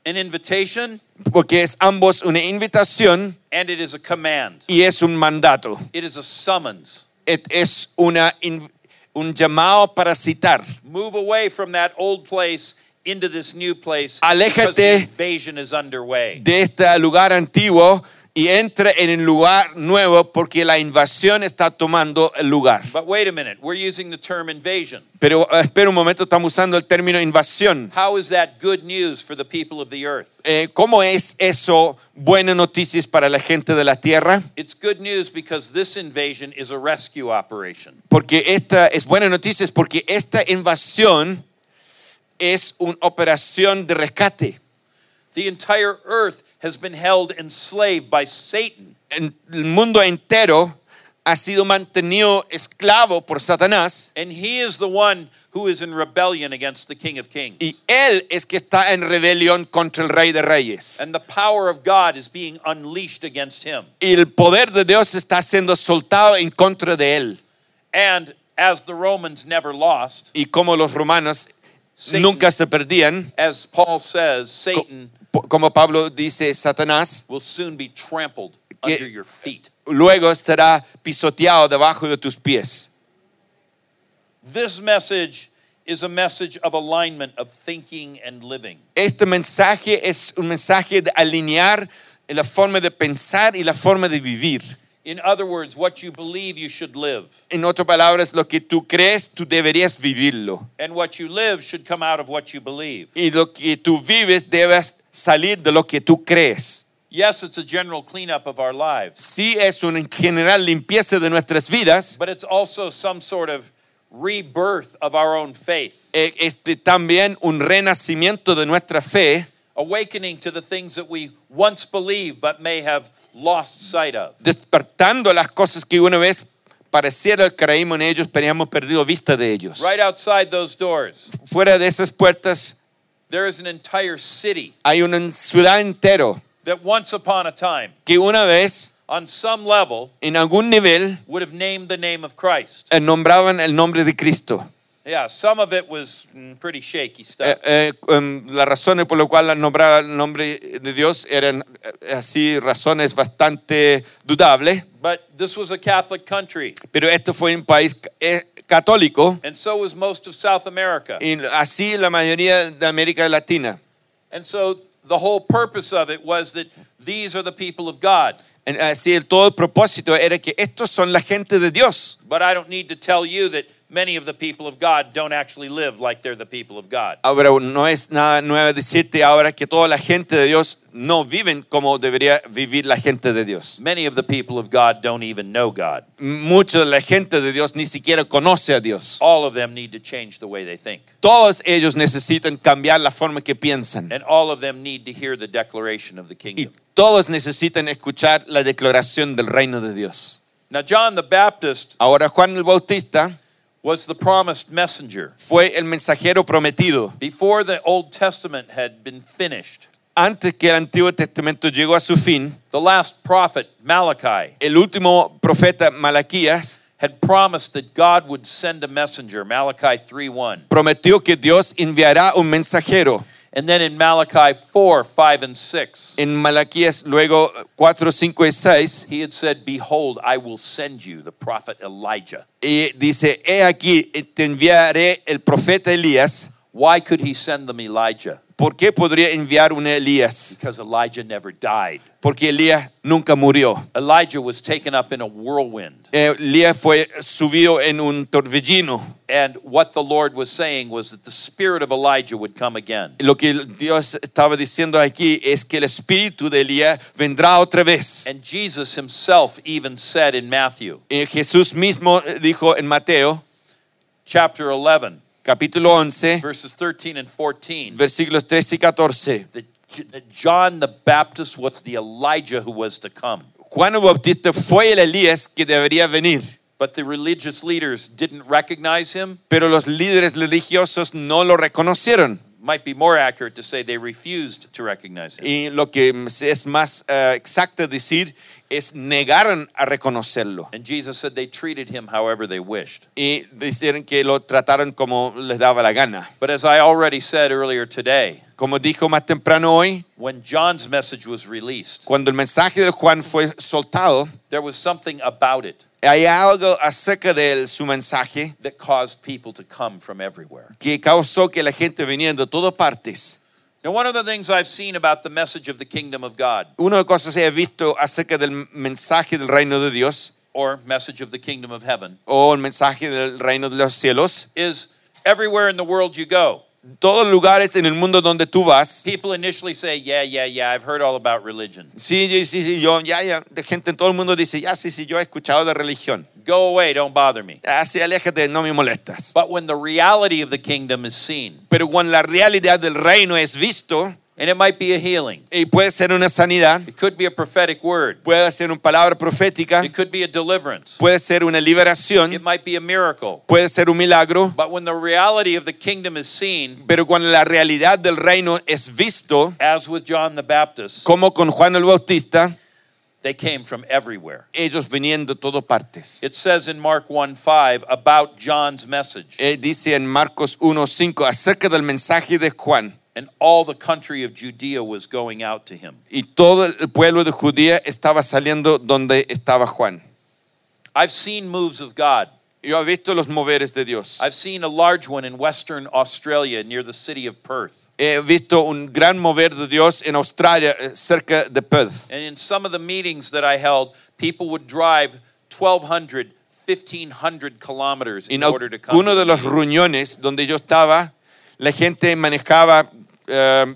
[SPEAKER 1] an invitation
[SPEAKER 2] porque es ambos una invitación
[SPEAKER 1] and it is a command.
[SPEAKER 2] y es un mandato.
[SPEAKER 1] It is a summons.
[SPEAKER 2] Et- Es una in- un llamado para citar.
[SPEAKER 1] Move away from that old place into this new place because the
[SPEAKER 2] Aléjate.
[SPEAKER 1] invasion is underway.
[SPEAKER 2] De este lugar antiguo y entra en el lugar nuevo porque la invasión está tomando el lugar.
[SPEAKER 1] But wait a minute, we're using the term invasion.
[SPEAKER 2] Pero eh, espera un momento, estamos usando el término invasión.
[SPEAKER 1] How is that good news for the people of the earth?
[SPEAKER 2] Eh, ¿Cómo es eso buenas noticias para la gente de la tierra?
[SPEAKER 1] It's good news because this invasion is a rescue operation.
[SPEAKER 2] Porque esta es buena noticia, es porque esta invasión es una operación de rescate.
[SPEAKER 1] The entire earth has been held enslaved by Satan.
[SPEAKER 2] En- El mundo entero ha sido mantenido esclavo por Satanás
[SPEAKER 1] And he is the one who is in rebellion against the King of Kings.
[SPEAKER 2] y él es que está en rebelión contra el rey de reyes.
[SPEAKER 1] And the power of God is being unleashed against him.
[SPEAKER 2] Y el poder de Dios está siendo soltado en contra de él.
[SPEAKER 1] And as the Romans never lost,
[SPEAKER 2] Y como los romanos
[SPEAKER 1] Satan-
[SPEAKER 2] nunca se perdían,
[SPEAKER 1] as Paul says, Satan
[SPEAKER 2] po- como Pablo dice, Satanás
[SPEAKER 1] will soon be trampled
[SPEAKER 2] Que-
[SPEAKER 1] under your feet.
[SPEAKER 2] luego estará pisoteado debajo de tus pies.
[SPEAKER 1] This message is a message of alignment of thinking and living.
[SPEAKER 2] Este mensaje es un mensaje de alinear la forma de pensar y la forma de vivir.
[SPEAKER 1] In other words, what you believe you should live,
[SPEAKER 2] En otras palabras, lo que tú crees, tú deberías vivirlo.
[SPEAKER 1] and what you live should come out of what you believe.
[SPEAKER 2] Y lo que tú vives, debes salir de lo que tú crees.
[SPEAKER 1] Yes, it's a general cleanup of our lives,
[SPEAKER 2] Sí es una en general limpieza de nuestras vidas,
[SPEAKER 1] but it's also some sort of rebirth of our own faith,
[SPEAKER 2] eh, este, también un renacimiento de nuestra fe,
[SPEAKER 1] awakening to the things that we once believed but may have lost sight of.
[SPEAKER 2] despertando las cosas que una vez pareciera que creímos en ellos, pero hemos perdido vista de ellos.
[SPEAKER 1] Right outside those doors,
[SPEAKER 2] Fuera de esas puertas
[SPEAKER 1] there is an entire city
[SPEAKER 2] hay una ciudad entera
[SPEAKER 1] that once upon a time,
[SPEAKER 2] que una vez,
[SPEAKER 1] on some level,
[SPEAKER 2] en algún nivel,
[SPEAKER 1] would have named the name of Christ.
[SPEAKER 2] eh, nombraban el nombre de Cristo.
[SPEAKER 1] Yeah, some of it was mm, pretty shaky
[SPEAKER 2] Eh,
[SPEAKER 1] stuff.
[SPEAKER 2] eh, em, las razones por las cuales nombraban el nombre de Dios eran eh, así razones bastante dudables,
[SPEAKER 1] But this was a Catholic country,
[SPEAKER 2] pero esto fue un país ca- eh, católico
[SPEAKER 1] and so was most of South America.
[SPEAKER 2] y así la mayoría de América Latina.
[SPEAKER 1] And so the whole purpose of it was that these are the people of God.
[SPEAKER 2] En- Así el todo el propósito era que estos son la gente de Dios.
[SPEAKER 1] But I don't need to tell you that many of the people of God don't actually live like they're the people of God.
[SPEAKER 2] Ahora, no es nada nuevo decirte ahora que toda la gente de Dios no viven como debería vivir la gente de Dios.
[SPEAKER 1] Many of the people of God don't even know God.
[SPEAKER 2] Mucha de la gente de Dios ni siquiera conoce a Dios.
[SPEAKER 1] All of them need to change the way they think.
[SPEAKER 2] Todos ellos necesitan cambiar la forma que piensan.
[SPEAKER 1] And all of them need to hear the declaration of the
[SPEAKER 2] Y
[SPEAKER 1] kingdom.
[SPEAKER 2] todos necesitan escuchar la declaración del reino de Dios.
[SPEAKER 1] Now, John the Baptist
[SPEAKER 2] Ahora, Juan el Bautista
[SPEAKER 1] was the promised messenger.
[SPEAKER 2] fue el mensajero prometido.
[SPEAKER 1] Before the Old Testament had been finished,
[SPEAKER 2] Antes que el Antiguo Testamento llegó a su fin,
[SPEAKER 1] the last prophet, Malachi,
[SPEAKER 2] el último profeta Malaquías
[SPEAKER 1] had promised that God would send a messenger, Malachi 3 1.
[SPEAKER 2] prometió que Dios enviará un mensajero.
[SPEAKER 1] And then in Malachi 4 5 and 6,
[SPEAKER 2] En Malaquías luego 4, 5 y 6,
[SPEAKER 1] he had said, Behold, I will send you the prophet Elijah.
[SPEAKER 2] y dice, he aquí, te enviaré el profeta Elías.
[SPEAKER 1] Why could he send them Elijah?
[SPEAKER 2] ¿Por qué podría enviar un Elías?
[SPEAKER 1] Because Elijah never died.
[SPEAKER 2] Porque Elías nunca murió.
[SPEAKER 1] Elijah was taken up in a whirlwind.
[SPEAKER 2] Eh, Elías fue subido en un torbellino.
[SPEAKER 1] And what the Lord was saying was that the spirit of Elijah would come again.
[SPEAKER 2] Lo que Dios estaba diciendo aquí es que el espíritu de Elías vendrá otra vez.
[SPEAKER 1] And Jesus himself even said in Matthew
[SPEAKER 2] Eh, Jesús mismo dijo en Mateo,
[SPEAKER 1] chapter 11,
[SPEAKER 2] capítulo 11,
[SPEAKER 1] verses 13 and 14,
[SPEAKER 2] versículos 13 y 14.
[SPEAKER 1] that J- that John the Baptist was the Elijah who was to come.
[SPEAKER 2] Juan el Bautista fue el Elías que debería venir.
[SPEAKER 1] But the religious leaders didn't recognize him.
[SPEAKER 2] pero los líderes religiosos no lo reconocieron.
[SPEAKER 1] Might be more accurate to say they refused to recognize him.
[SPEAKER 2] Y lo que es más eh, exacto decir es negaron a reconocerlo.
[SPEAKER 1] And Jesus said they treated him however they wished.
[SPEAKER 2] Y dijeron que lo trataron como les daba la gana.
[SPEAKER 1] But as I already said earlier today,
[SPEAKER 2] Como dijo más temprano hoy,
[SPEAKER 1] when John's message was released,
[SPEAKER 2] cuando el mensaje de Juan fue soltado,
[SPEAKER 1] there was something about it
[SPEAKER 2] hay algo acerca de él, su mensaje
[SPEAKER 1] that caused people to come from everywhere.
[SPEAKER 2] que causó que la gente viniendo de todas partes.
[SPEAKER 1] Now, one of the things I've seen about the message of the kingdom of God,
[SPEAKER 2] Una de las cosas que he visto acerca del mensaje del reino de Dios
[SPEAKER 1] or message of the kingdom of heaven,
[SPEAKER 2] o el mensaje del reino de los cielos,
[SPEAKER 1] is everywhere in the world you go,
[SPEAKER 2] todos lugares en el mundo donde tú vas,
[SPEAKER 1] people initially say, Yeah, yeah, yeah, I've heard all about religion.
[SPEAKER 2] Sí, sí, sí, sí, yo, ya, ya, de gente en todo el mundo dice, ya, sí, sí, yo he escuchado de religión.
[SPEAKER 1] Go away, don't bother me.
[SPEAKER 2] Así, aléjate, no me molestas.
[SPEAKER 1] But when the reality of the kingdom is seen,
[SPEAKER 2] Pero cuando la realidad del reino es visto,
[SPEAKER 1] and it might be a healing,
[SPEAKER 2] y puede ser una sanidad,
[SPEAKER 1] it could be a prophetic word,
[SPEAKER 2] puede ser una palabra profética,
[SPEAKER 1] it could be a deliverance,
[SPEAKER 2] puede ser una
[SPEAKER 1] it
[SPEAKER 2] liberación,
[SPEAKER 1] might be a miracle.
[SPEAKER 2] puede ser un milagro,
[SPEAKER 1] But when the reality of the kingdom is seen,
[SPEAKER 2] pero cuando la realidad del reino es visto,
[SPEAKER 1] as with John the Baptist,
[SPEAKER 2] como con Juan el Bautista,
[SPEAKER 1] they came from everywhere.
[SPEAKER 2] ellos viniendo de todas partes.
[SPEAKER 1] It says in Mark 1 5 about John's message.
[SPEAKER 2] Eh, dice en Marcos 1.5 acerca del mensaje de Juan,
[SPEAKER 1] and all the country of Judea was going out to him.
[SPEAKER 2] y todo el pueblo de Judía estaba saliendo donde estaba Juan.
[SPEAKER 1] I've seen moves of God.
[SPEAKER 2] Yo he visto los moveres de Dios.
[SPEAKER 1] I've seen a large one in Western Australia near the city of Perth.
[SPEAKER 2] He visto un gran mover de Dios en Australia, eh, cerca de Perth.
[SPEAKER 1] And in some of the meetings that I held, people would drive 1,200, 1,500 kilometers in
[SPEAKER 2] En
[SPEAKER 1] order to come.
[SPEAKER 2] uno de los reuniones donde yo estaba, la gente manejaba eh,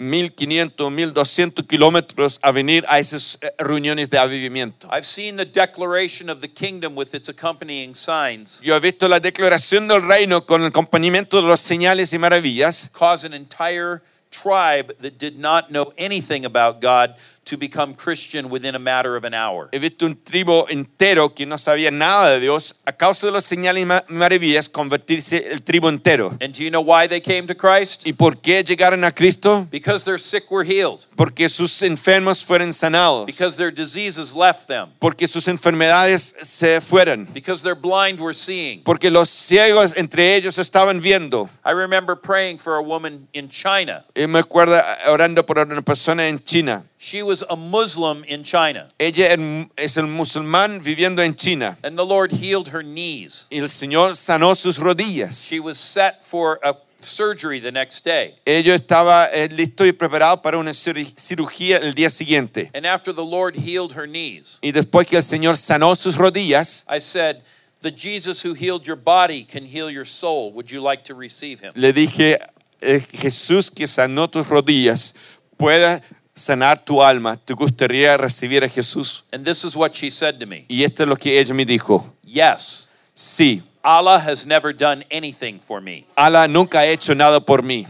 [SPEAKER 2] 1500, 1200 kilómetros a venir a esas eh, reuniones de avivamiento.
[SPEAKER 1] I've seen the declaration of the kingdom with its accompanying signs
[SPEAKER 2] Yo he visto la declaración del reino con el acompañamiento de los señales y maravillas
[SPEAKER 1] cause an entire tribe that did not know anything about God to become Christian within a matter of an hour.
[SPEAKER 2] He visto un tribu entero que no sabía nada de Dios, a causa de los señales y ma- maravillas, convertirse el tribu entero.
[SPEAKER 1] And do you know why they came to Christ?
[SPEAKER 2] ¿Y por qué llegaron a Cristo?
[SPEAKER 1] Because they're sick, were healed.
[SPEAKER 2] Porque sus enfermos fueron sanados.
[SPEAKER 1] Because their diseases left them.
[SPEAKER 2] Porque sus enfermedades se fueron.
[SPEAKER 1] Because their blind were seeing.
[SPEAKER 2] Porque los ciegos entre ellos estaban viendo.
[SPEAKER 1] I remember praying for a woman in China.
[SPEAKER 2] Y me acuerdo eh, orando por una persona en China.
[SPEAKER 1] She was a Muslim in China,
[SPEAKER 2] Ella er- es el musulmán viviendo en China.
[SPEAKER 1] and the Lord healed her knees.
[SPEAKER 2] Y el Señor sanó sus rodillas.
[SPEAKER 1] She was set for a surgery the next day.
[SPEAKER 2] Ella estaba eh, listo y preparado para una ciru- cirugía el día siguiente.
[SPEAKER 1] And after the Lord healed her knees,
[SPEAKER 2] Y después que el Señor sanó sus rodillas,
[SPEAKER 1] I said, The Jesus who healed your body can heal your soul. Would you like to receive him?
[SPEAKER 2] Le dije, "Eh, Jesús que sanó tus rodillas, pueda sanar tu alma. ¿Te gustaría recibir a Jesús?
[SPEAKER 1] And this is what she said to me
[SPEAKER 2] Y esto es lo que ella me dijo.
[SPEAKER 1] Yes,
[SPEAKER 2] Sí,
[SPEAKER 1] Allah has never done anything for me.
[SPEAKER 2] Allah nunca ha hecho nada por mí.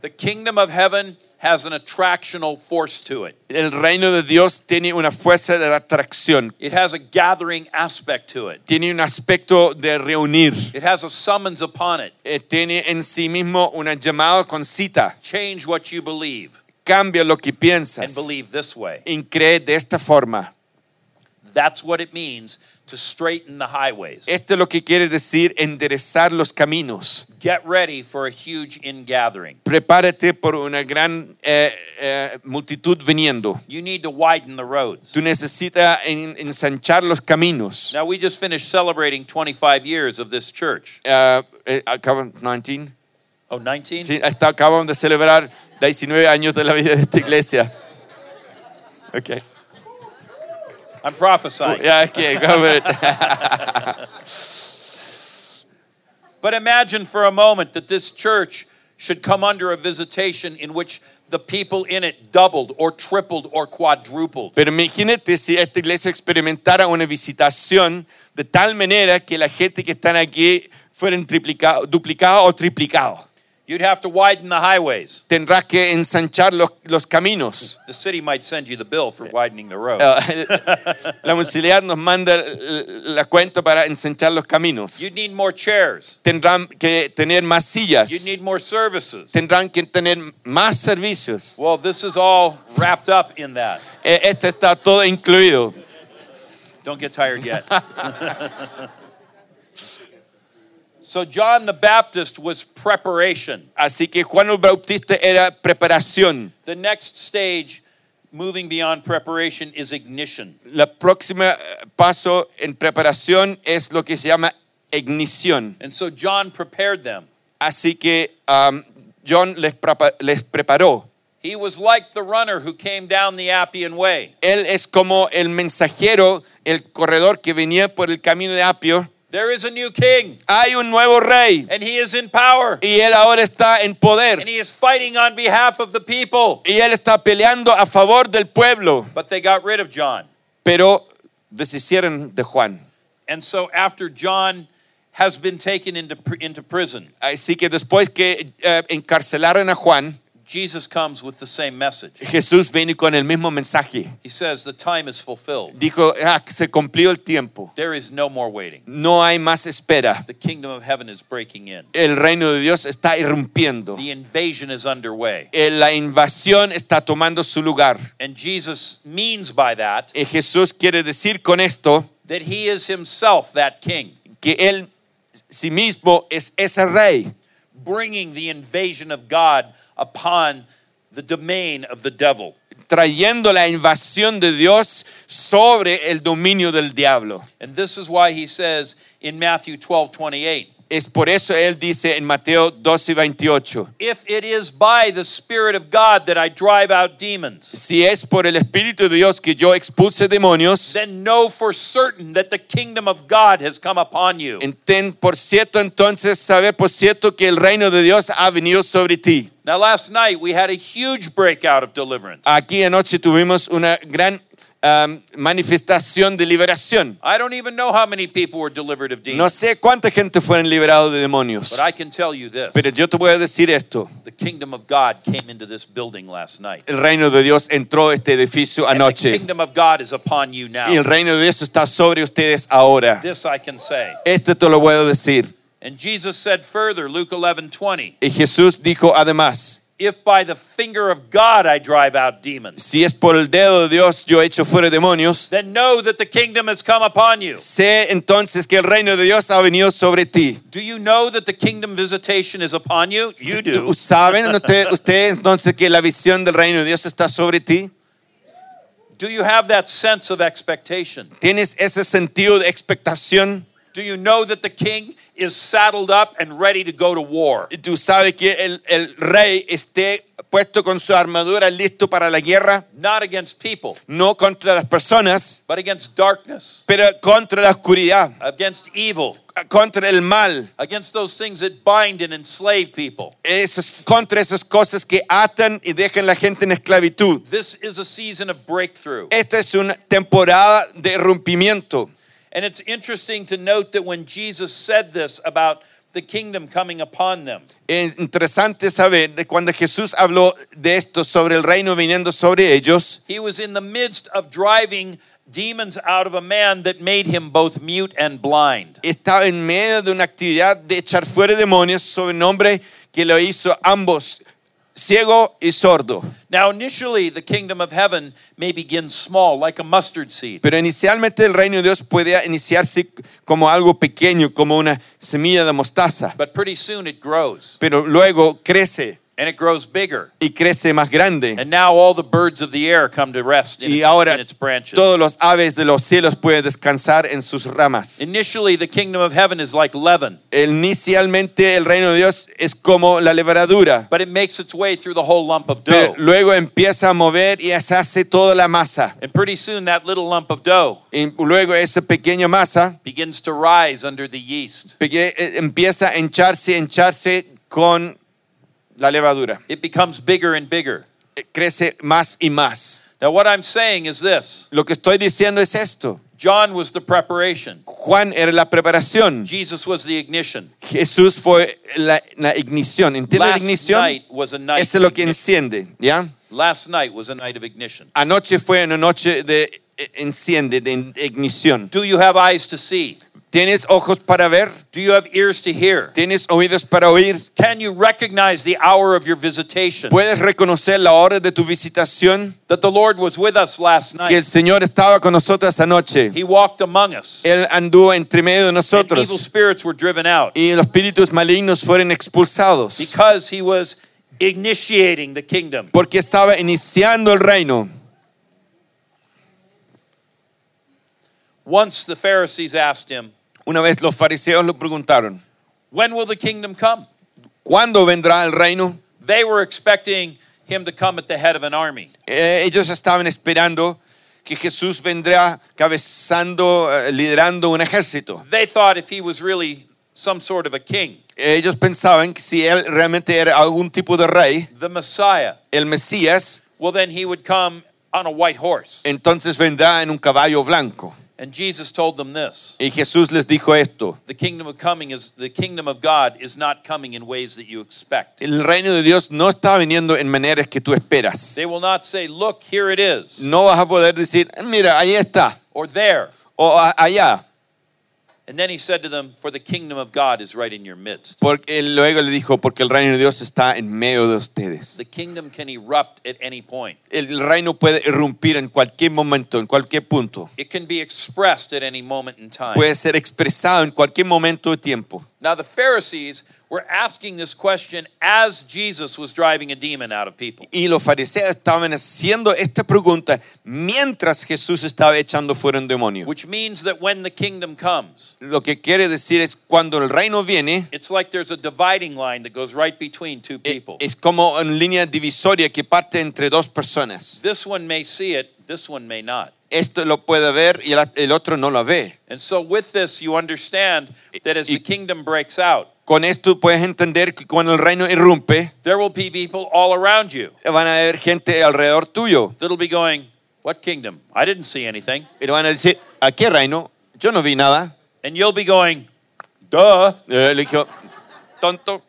[SPEAKER 1] The kingdom of heaven has an attractional force to it,
[SPEAKER 2] El reino de Dios tiene una fuerza de atracción,
[SPEAKER 1] it has a gathering aspect to it,
[SPEAKER 2] tiene un aspecto de reunir,
[SPEAKER 1] it has a summons upon it.
[SPEAKER 2] eh, tiene en sí mismo una llamada con cita.
[SPEAKER 1] Change what you believe
[SPEAKER 2] Cambia lo que
[SPEAKER 1] and
[SPEAKER 2] piensas
[SPEAKER 1] believe this way.
[SPEAKER 2] y cree de esta forma.
[SPEAKER 1] That's what it means to straighten the highways.
[SPEAKER 2] Esto es lo que quiere decir enderezar los caminos.
[SPEAKER 1] Get ready for a huge ingathering.
[SPEAKER 2] Prepárate por una gran eh, eh, multitud viniendo.
[SPEAKER 1] You need to widen the roads.
[SPEAKER 2] Tú necesitas en- ensanchar los caminos.
[SPEAKER 1] Now, we just finished celebrating 25 years of this church.
[SPEAKER 2] Ah, eh, acaban 19.
[SPEAKER 1] Oh, 19?
[SPEAKER 2] Sí, hasta acaban de celebrar 19 años de la vida de esta iglesia. Ok.
[SPEAKER 1] I'm prophesying.
[SPEAKER 2] Yeah, okay, go for it.
[SPEAKER 1] But imagine for a moment that this church should come under a visitation in which the people in it doubled or tripled or quadrupled.
[SPEAKER 2] Pero imagínate si esta iglesia experimentara una visitación de tal manera que la gente que están aquí fueran triplicados, duplicados o triplicados.
[SPEAKER 1] You'd have to widen the highways.
[SPEAKER 2] Tendrás que ensanchar los, los caminos.
[SPEAKER 1] The city might send you the bill for widening the road.
[SPEAKER 2] Ah, el- la municipalidad nos manda el- la cuenta para ensanchar los caminos.
[SPEAKER 1] You'd need more chairs.
[SPEAKER 2] Tendrán que tener más
[SPEAKER 1] You'd
[SPEAKER 2] sillas.
[SPEAKER 1] need more services.
[SPEAKER 2] Tendrán que tener más servicios.
[SPEAKER 1] Well, this is all wrapped up in that.
[SPEAKER 2] Eh, Esto está todo incluido.
[SPEAKER 1] Don't get tired yet. so, John the Baptist was preparation.
[SPEAKER 2] Así que Juan el Bautista era preparación.
[SPEAKER 1] The next stage, moving beyond preparation, is ignition.
[SPEAKER 2] La próxima eh, paso en preparación es lo que se llama ignición.
[SPEAKER 1] And so, John prepared them.
[SPEAKER 2] Así que am, John les, prepa- les preparó.
[SPEAKER 1] He was like the runner who came down the Appian Way.
[SPEAKER 2] Él es como el mensajero, el corredor que venía por el camino de Apio.
[SPEAKER 1] There is a new king,
[SPEAKER 2] Hay un nuevo rey
[SPEAKER 1] and he is in power,
[SPEAKER 2] y él ahora está en
[SPEAKER 1] and
[SPEAKER 2] poder
[SPEAKER 1] he is fighting on behalf of the people.
[SPEAKER 2] y él está peleando a favor del pueblo.
[SPEAKER 1] But they got rid of John.
[SPEAKER 2] Pero deshicieron de Juan.
[SPEAKER 1] And so, after John has been taken into, pr- into prison,
[SPEAKER 2] Así que después que eh, encarcelaron a Juan,
[SPEAKER 1] Jesus comes with the same message.
[SPEAKER 2] Jesús viene con el mismo mensaje.
[SPEAKER 1] He says, The time is fulfilled.
[SPEAKER 2] Dijo, "Ah, se cumplió el tiempo.
[SPEAKER 1] There is no more waiting.
[SPEAKER 2] No hay más espera.
[SPEAKER 1] The kingdom of heaven is breaking in.
[SPEAKER 2] El reino de Dios está irrumpiendo.
[SPEAKER 1] The invasion is underway.
[SPEAKER 2] Eh, La invasión está tomando su lugar.
[SPEAKER 1] And Jesus means by that
[SPEAKER 2] Eh, Jesús quiere decir con esto
[SPEAKER 1] that he is himself that king,
[SPEAKER 2] que Él sí mismo es ese rey
[SPEAKER 1] bringing the invasion of God upon the domain of the devil.
[SPEAKER 2] trayendo la invasión de Dios sobre el dominio del diablo.
[SPEAKER 1] And this is why he says in Matthew 12 28,
[SPEAKER 2] Es por eso Él dice en Mateo 12 y 28,
[SPEAKER 1] if it is by the Spirit of God that I drive out demons,
[SPEAKER 2] si es por el Espíritu de Dios que yo expulse demonios,
[SPEAKER 1] then know for certain that the kingdom of God has come upon you.
[SPEAKER 2] Ten por cierto entonces, saber por cierto que el reino de Dios ha venido sobre ti.
[SPEAKER 1] Now, last night we had a huge breakout of deliverance.
[SPEAKER 2] Aquí anoche tuvimos una gran um, manifestación de liberación.
[SPEAKER 1] I don't even know how many people were delivered of
[SPEAKER 2] No
[SPEAKER 1] demons,
[SPEAKER 2] sé cuánta gente fueron liberados de demonios,
[SPEAKER 1] but I can tell you this
[SPEAKER 2] pero yo te voy a decir esto.
[SPEAKER 1] the kingdom of God came into this building last night.
[SPEAKER 2] El reino de Dios entró a este edificio
[SPEAKER 1] And the
[SPEAKER 2] anoche
[SPEAKER 1] kingdom of God is upon you
[SPEAKER 2] y
[SPEAKER 1] now.
[SPEAKER 2] el reino de Dios está sobre ustedes ahora.
[SPEAKER 1] This I can say.
[SPEAKER 2] Esto te lo puedo decir.
[SPEAKER 1] And Jesus said further, Luke eleven twenty,
[SPEAKER 2] Y Jesús dijo además,
[SPEAKER 1] if by the finger of God I drive out demons,
[SPEAKER 2] si es por el dedo de Dios yo echo fuera demonios,
[SPEAKER 1] then know that the kingdom has come upon you.
[SPEAKER 2] sé entonces que el reino de Dios ha venido sobre ti.
[SPEAKER 1] Do you know that the kingdom visitation is upon you? You do.
[SPEAKER 2] Tú- ¿Saben usted- ustedes entonces que la visión del reino de Dios está sobre ti?
[SPEAKER 1] Do you have that sense of expectation?
[SPEAKER 2] ¿Tienes ese sentido de expectación?
[SPEAKER 1] Do you know that the king is saddled up and ready to go to war?
[SPEAKER 2] ¿Y tú sabes que el, el rey esté puesto con su armadura listo para la guerra?
[SPEAKER 1] Not against people,
[SPEAKER 2] No contra las personas,
[SPEAKER 1] but against darkness,
[SPEAKER 2] pero contra la oscuridad,
[SPEAKER 1] against evil,
[SPEAKER 2] contra el mal.
[SPEAKER 1] against those things that bind and enslave people.
[SPEAKER 2] Esas, contra esas cosas que atan y dejan la gente en esclavitud.
[SPEAKER 1] This is a season of breakthrough.
[SPEAKER 2] Esta es una temporada de rompimiento.
[SPEAKER 1] And it's interesting to note that when Jesus said this about the kingdom coming upon them,
[SPEAKER 2] Es interesante saber de cuando Jesús habló de esto sobre el reino viniendo sobre ellos,
[SPEAKER 1] he was in the midst of driving demons out of a man that made him both mute and blind.
[SPEAKER 2] estaba en medio de una actividad de echar fuera demonios sobre un hombre que lo hizo ambos ciego y sordo.
[SPEAKER 1] Now, initially, the kingdom of heaven may begin small, like a mustard seed.
[SPEAKER 2] Pero inicialmente el reino de Dios podía iniciarse como algo pequeño, como una semilla de mostaza,
[SPEAKER 1] But pretty soon it grows,
[SPEAKER 2] pero luego crece
[SPEAKER 1] and it grows bigger.
[SPEAKER 2] y crece más grande.
[SPEAKER 1] And now all the birds of the air come to rest in,
[SPEAKER 2] Y
[SPEAKER 1] its,
[SPEAKER 2] ahora
[SPEAKER 1] in its branches.
[SPEAKER 2] todos los aves de los cielos pueden descansar en sus ramas.
[SPEAKER 1] Initially, the kingdom of heaven is like leaven,
[SPEAKER 2] Inicialmente el reino de Dios es como la levadura,
[SPEAKER 1] but it makes its way through the whole lump of
[SPEAKER 2] pero
[SPEAKER 1] dough.
[SPEAKER 2] luego empieza a mover y se hace toda la masa.
[SPEAKER 1] And pretty soon, that little lump of dough
[SPEAKER 2] Y luego esa pequeña masa
[SPEAKER 1] begins to rise under the yeast.
[SPEAKER 2] peque- eh, empieza a hincharse, hincharse con la levadura.
[SPEAKER 1] It becomes bigger and bigger.
[SPEAKER 2] Eh, Crece más y más.
[SPEAKER 1] Now, what I'm saying is this
[SPEAKER 2] Lo que estoy diciendo es esto.
[SPEAKER 1] John was the preparation,
[SPEAKER 2] Juan era la preparación.
[SPEAKER 1] Jesus was the ignition.
[SPEAKER 2] Jesús fue la, la ignición. ¿Entiende la
[SPEAKER 1] Last
[SPEAKER 2] ignición?
[SPEAKER 1] night was a night.
[SPEAKER 2] Eso es lo que
[SPEAKER 1] ignition.
[SPEAKER 2] enciende, ¿ya?
[SPEAKER 1] Last night was a night of ignition.
[SPEAKER 2] Anoche fue una noche de eh, enciende, de in- ignición.
[SPEAKER 1] Do you have eyes to see?
[SPEAKER 2] ¿Tienes ojos para ver?
[SPEAKER 1] Do you have ears to hear?
[SPEAKER 2] ¿Tienes oídos para oír?
[SPEAKER 1] Can you recognize the hour of your visitation?
[SPEAKER 2] ¿Puedes reconocer la hora de tu visitación?
[SPEAKER 1] That the Lord was with us last
[SPEAKER 2] Que el
[SPEAKER 1] night.
[SPEAKER 2] Señor estaba con nosotros anoche.
[SPEAKER 1] He walked among us.
[SPEAKER 2] Él anduvo entre medio de
[SPEAKER 1] And evil
[SPEAKER 2] nosotros
[SPEAKER 1] spirits were driven out
[SPEAKER 2] y los espíritus malignos fueron expulsados
[SPEAKER 1] because he was initiating the kingdom.
[SPEAKER 2] porque estaba iniciando el reino.
[SPEAKER 1] Once the Pharisees asked him,
[SPEAKER 2] Una vez los fariseos lo preguntaron,
[SPEAKER 1] When will the kingdom come?
[SPEAKER 2] ¿cuándo vendrá el reino?
[SPEAKER 1] They were expecting him to come at the head of an army.
[SPEAKER 2] Eh, ellos estaban esperando que Jesús vendrá cabezando, eh, liderando un ejército.
[SPEAKER 1] They thought if he was really some sort of a king,
[SPEAKER 2] Ellos pensaban que si él realmente era algún tipo de rey,
[SPEAKER 1] the Messiah,
[SPEAKER 2] el Mesías,
[SPEAKER 1] well, then he would come on a white horse.
[SPEAKER 2] entonces vendrá en un caballo blanco.
[SPEAKER 1] And Jesus told them this
[SPEAKER 2] Y Jesús les dijo esto,
[SPEAKER 1] the kingdom of coming is the kingdom of God is not coming in ways that you expect.
[SPEAKER 2] el reino de Dios no está viniendo en maneras que tú esperas.
[SPEAKER 1] They will not say, Look, here it is,
[SPEAKER 2] No vas a poder decir, mira, ahí está,
[SPEAKER 1] or there.
[SPEAKER 2] o "A- allá,
[SPEAKER 1] And then he said to them, For the kingdom of God is right in your midst.
[SPEAKER 2] porque él luego le dijo, porque el reino de Dios está en medio de ustedes.
[SPEAKER 1] The kingdom can erupt at any point,
[SPEAKER 2] El reino puede irrumpir en cualquier momento, en cualquier punto.
[SPEAKER 1] it can be expressed at any moment in time.
[SPEAKER 2] Puede ser expresado en cualquier momento de tiempo.
[SPEAKER 1] Now, the Pharisees were asking this question as Jesus was driving a demon out of people.
[SPEAKER 2] Y los fariseos estaban haciendo esta pregunta mientras Jesús estaba echando fuera un demonio.
[SPEAKER 1] Which means that when the kingdom comes,
[SPEAKER 2] Lo que quiere decir es cuando el reino viene,
[SPEAKER 1] it's like there's a dividing line that goes right between two
[SPEAKER 2] E-
[SPEAKER 1] people.
[SPEAKER 2] Es como en línea divisoria que parte entre dos personas.
[SPEAKER 1] This one may see it, this one may not.
[SPEAKER 2] Esto lo puede ver y el, el otro no lo ve.
[SPEAKER 1] And so, with this, you understand that as the kingdom breaks out,
[SPEAKER 2] Con esto puedes entender que cuando el reino irrumpe,
[SPEAKER 1] there will be people all around you
[SPEAKER 2] van a haber gente alrededor tuyo.
[SPEAKER 1] that'll be going, What kingdom? I didn't see anything.
[SPEAKER 2] Y van a decir, ¿a qué reino? Yo no vi nada.
[SPEAKER 1] And you'll be going, Duh.
[SPEAKER 2] Eh, le dijo, tonto.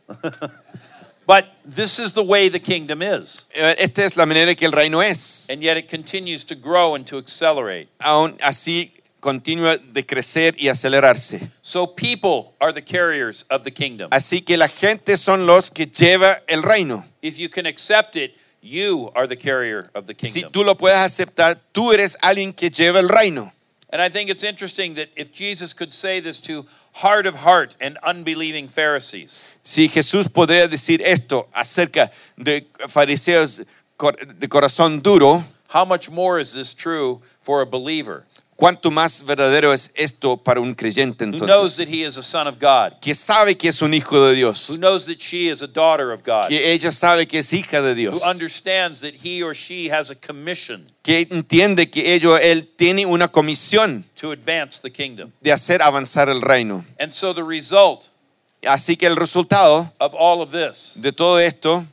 [SPEAKER 1] But this is the way the kingdom is.
[SPEAKER 2] Eh, Esta es la manera que el reino es.
[SPEAKER 1] And yet, it continues to grow and to accelerate.
[SPEAKER 2] Aún así, continúa de crecer y acelerarse.
[SPEAKER 1] So people are the carriers of the kingdom.
[SPEAKER 2] Así que la gente son los que lleva el reino.
[SPEAKER 1] If you can accept it, you are the carrier of the
[SPEAKER 2] Si
[SPEAKER 1] kingdom.
[SPEAKER 2] tú lo puedes aceptar, tú eres alguien que lleva el reino.
[SPEAKER 1] And I think it's interesting that if Jesus could say this to hard of heart and unbelieving Pharisees,
[SPEAKER 2] Si Jesús podría decir esto acerca de fariseos cor- de corazón duro,
[SPEAKER 1] how much more is this true for a believer
[SPEAKER 2] ¿Cuánto más verdadero es esto para un creyente
[SPEAKER 1] who knows
[SPEAKER 2] entonces?
[SPEAKER 1] that he is a son of God,
[SPEAKER 2] Que sabe que es un hijo de
[SPEAKER 1] who
[SPEAKER 2] Dios,
[SPEAKER 1] knows that she is a daughter of God,
[SPEAKER 2] que ella sabe que es hija de
[SPEAKER 1] who
[SPEAKER 2] Dios,
[SPEAKER 1] understands that he or she has a commission
[SPEAKER 2] que entiende que ello él tiene una comisión
[SPEAKER 1] to advance the kingdom.
[SPEAKER 2] de hacer avanzar el reino.
[SPEAKER 1] And so the result
[SPEAKER 2] Así que el resultado
[SPEAKER 1] of all of this
[SPEAKER 2] de todo esto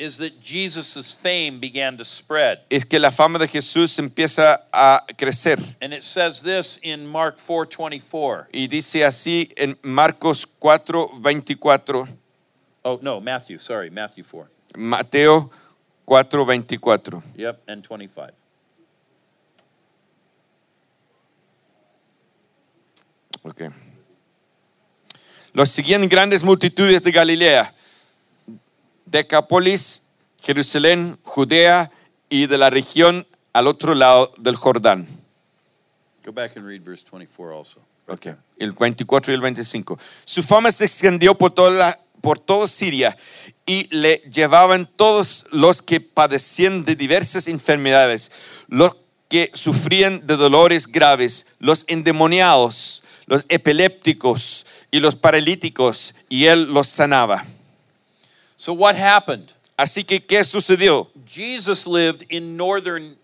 [SPEAKER 1] is that Jesus' fame began to spread.
[SPEAKER 2] es que la fama de Jesús empieza a crecer.
[SPEAKER 1] And it says this in Mark 4:24.
[SPEAKER 2] Y dice así en Marcos 4, 24,
[SPEAKER 1] Oh, no, Matthew, sorry, Matthew 4.
[SPEAKER 2] Mateo 4, 24.
[SPEAKER 1] Yep, and 25.
[SPEAKER 2] Ok. Los seguían grandes multitudes de Galilea, Decápolis, Jerusalén, Judea y de la región al otro lado del Jordán.
[SPEAKER 1] Go back and read verse 24 also.
[SPEAKER 2] Okay. El 24 y el 25. Su fama se extendió por toda, la- por toda Siria y le llevaban todos los que padecían de diversas enfermedades, los que sufrían de dolores graves, los endemoniados, los epilépticos y los paralíticos, y él los sanaba.
[SPEAKER 1] So what happened?
[SPEAKER 2] Así que, ¿qué sucedió?
[SPEAKER 1] Jesus lived in northern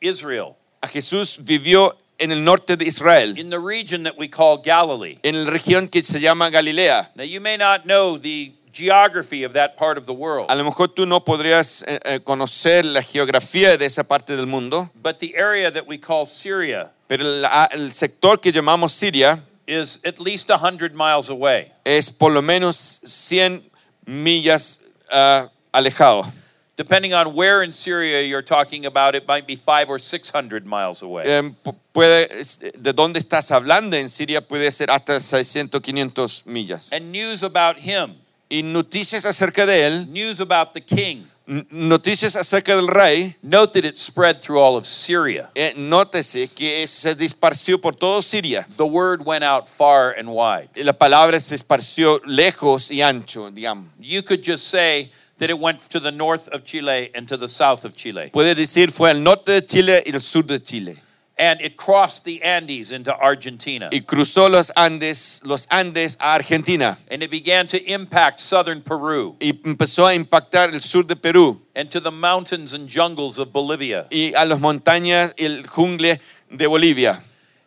[SPEAKER 1] Israel,
[SPEAKER 2] A Jesús vivió en el norte de Israel,
[SPEAKER 1] in the region that we call Galilee.
[SPEAKER 2] en la región que se llama Galilea.
[SPEAKER 1] Now, you may not know the geography of that part of the world,
[SPEAKER 2] A lo mejor tú no podrías eh, eh, conocer la geografía de esa parte del mundo,
[SPEAKER 1] but the area that we call Syria
[SPEAKER 2] pero el, ah, el sector que llamamos Siria
[SPEAKER 1] is at least 100 miles away.
[SPEAKER 2] es por lo menos 100 millas ah, alejado.
[SPEAKER 1] Depending on where in Syria you're talking about, it might be five or 600 miles away.
[SPEAKER 2] Eh, pu- puede, es- de dónde estás hablando en Siria puede ser hasta 600, 500 millas.
[SPEAKER 1] And news about him,
[SPEAKER 2] Y noticias acerca de él,
[SPEAKER 1] news about the king.
[SPEAKER 2] n- noticias acerca del rey,
[SPEAKER 1] Note that it spread through all of Syria.
[SPEAKER 2] eh, nótese que se disparció por todo Siria.
[SPEAKER 1] The word went out far and wide.
[SPEAKER 2] Y La palabra se esparció lejos y ancho, digamos.
[SPEAKER 1] You could just say that it went to the north of Chile and to the south of Chile.
[SPEAKER 2] puede decir fue al norte de Chile y el sur de Chile
[SPEAKER 1] And it crossed the Andes into Argentina.
[SPEAKER 2] y cruzó los Andes, los Andes a Argentina
[SPEAKER 1] And it began to impact southern Peru
[SPEAKER 2] y empezó a impactar el sur de Perú
[SPEAKER 1] and to the mountains and jungles of Bolivia.
[SPEAKER 2] y a las montañas y el jungle de Bolivia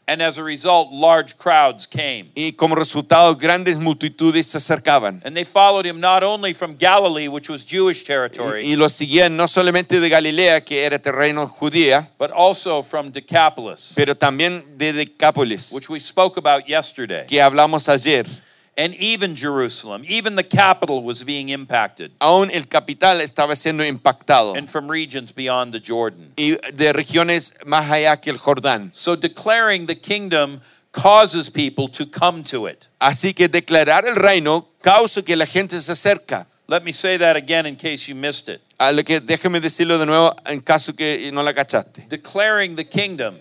[SPEAKER 1] And as a result, large crowds came.
[SPEAKER 2] y como resultado grandes multitudes se acercaban
[SPEAKER 1] And they followed him not only from Galilee, which was Jewish territory,
[SPEAKER 2] y, y los seguían no solamente de Galilea que era terreno judía
[SPEAKER 1] but also from Decapolis,
[SPEAKER 2] pero también de Decápolis
[SPEAKER 1] which we spoke about yesterday,
[SPEAKER 2] que hablamos ayer
[SPEAKER 1] and even Jerusalem. Even the capital was being impacted.
[SPEAKER 2] aún el capital estaba siendo impactado
[SPEAKER 1] and from regions beyond the Jordan.
[SPEAKER 2] y de regiones más allá que el Jordán
[SPEAKER 1] So declaring the kingdom causes people to come to it.
[SPEAKER 2] Así que declarar el reino causa que la gente se acerca.
[SPEAKER 1] Let me say that again in case you missed it.
[SPEAKER 2] A lo que déjame decirlo de nuevo en caso que no la cachaste.
[SPEAKER 1] Declaring the kingdom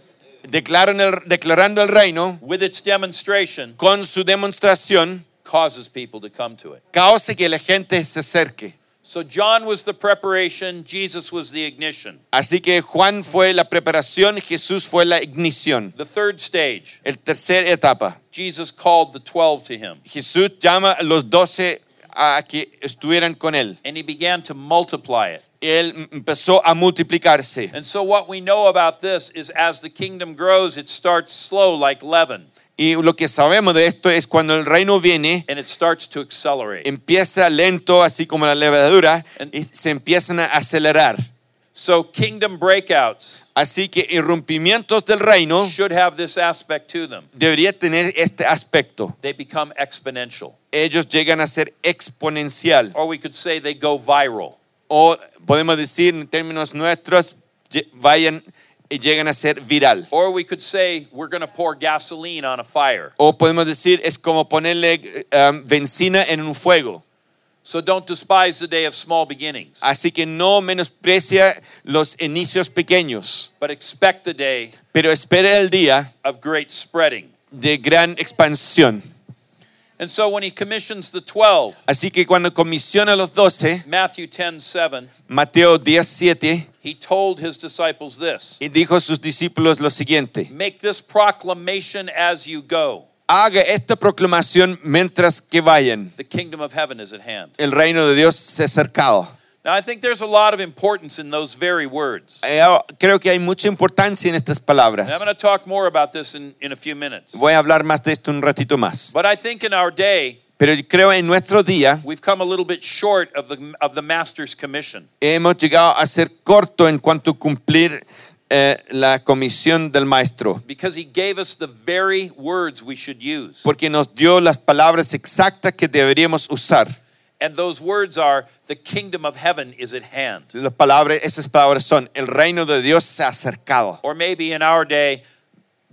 [SPEAKER 2] Declaran el- declarando el reino
[SPEAKER 1] with its demonstration
[SPEAKER 2] con su demostración
[SPEAKER 1] causes people to come to it.
[SPEAKER 2] causa que la gente se acerque.
[SPEAKER 1] So John was the preparation, Jesus was the ignition.
[SPEAKER 2] Así que Juan fue la preparación, Jesús fue la ignición.
[SPEAKER 1] The third stage,
[SPEAKER 2] El tercer etapa.
[SPEAKER 1] Jesus called the 12 to him
[SPEAKER 2] Jesús llama a los doce a que estuvieran con él.
[SPEAKER 1] and he began to multiply it.
[SPEAKER 2] Él empezó a multiplicarse.
[SPEAKER 1] And so what we know about this is as the kingdom grows, it starts slow like leaven
[SPEAKER 2] Y lo que sabemos de esto es cuando el reino viene,
[SPEAKER 1] and it starts to accelerate.
[SPEAKER 2] empieza lento, así como la levadura,
[SPEAKER 1] And-
[SPEAKER 2] y se empiezan a acelerar.
[SPEAKER 1] So kingdom breakouts
[SPEAKER 2] Así que irrumpimientos del reino
[SPEAKER 1] should have this aspect to them.
[SPEAKER 2] debería tener este aspecto.
[SPEAKER 1] They become exponential,
[SPEAKER 2] Ellos llegan a ser exponencial
[SPEAKER 1] or we could say they go viral.
[SPEAKER 2] o podemos decir en términos nuestros lle- vayan y llegan a ser viral.
[SPEAKER 1] Or we could say we're going to pour gasoline on a fire.
[SPEAKER 2] O podemos decir es como ponerle eh, um, benzina en un fuego.
[SPEAKER 1] So don't despise the day of small beginnings,
[SPEAKER 2] Así que no menosprecia los inicios pequeños,
[SPEAKER 1] but expect the day
[SPEAKER 2] pero espera el día
[SPEAKER 1] of great spreading.
[SPEAKER 2] de gran expansión.
[SPEAKER 1] And so when he commissions the 12,
[SPEAKER 2] Así que cuando comisiona a los doce,
[SPEAKER 1] Matthew 10 7,
[SPEAKER 2] Mateo 10:7,
[SPEAKER 1] he told his disciples this
[SPEAKER 2] y dijo a sus discípulos lo siguiente:
[SPEAKER 1] Make this proclamation as you go.
[SPEAKER 2] Haga esta proclamación mientras que vayan.
[SPEAKER 1] The kingdom of heaven is at hand.
[SPEAKER 2] El reino de Dios se ha acercado.
[SPEAKER 1] Now, I think there's a lot of importance in those very words.
[SPEAKER 2] Eh, Creo que hay mucha importancia en estas palabras.
[SPEAKER 1] And I'm going to talk more about this in, in a few minutes.
[SPEAKER 2] Voy a hablar más de esto un ratito más.
[SPEAKER 1] But I think in our day,
[SPEAKER 2] Pero yo creo en nuestro día
[SPEAKER 1] we've come a little bit short of the, of the master's commission.
[SPEAKER 2] hemos llegado a ser corto en cuanto a cumplir eh, la comisión del maestro,
[SPEAKER 1] because he gave us the very words we should use.
[SPEAKER 2] porque nos dio las palabras exactas que deberíamos usar.
[SPEAKER 1] And those words are the kingdom of heaven is at hand.
[SPEAKER 2] Las palabras, esas palabras son, el reino de Dios se ha acercado.
[SPEAKER 1] Or maybe in our day,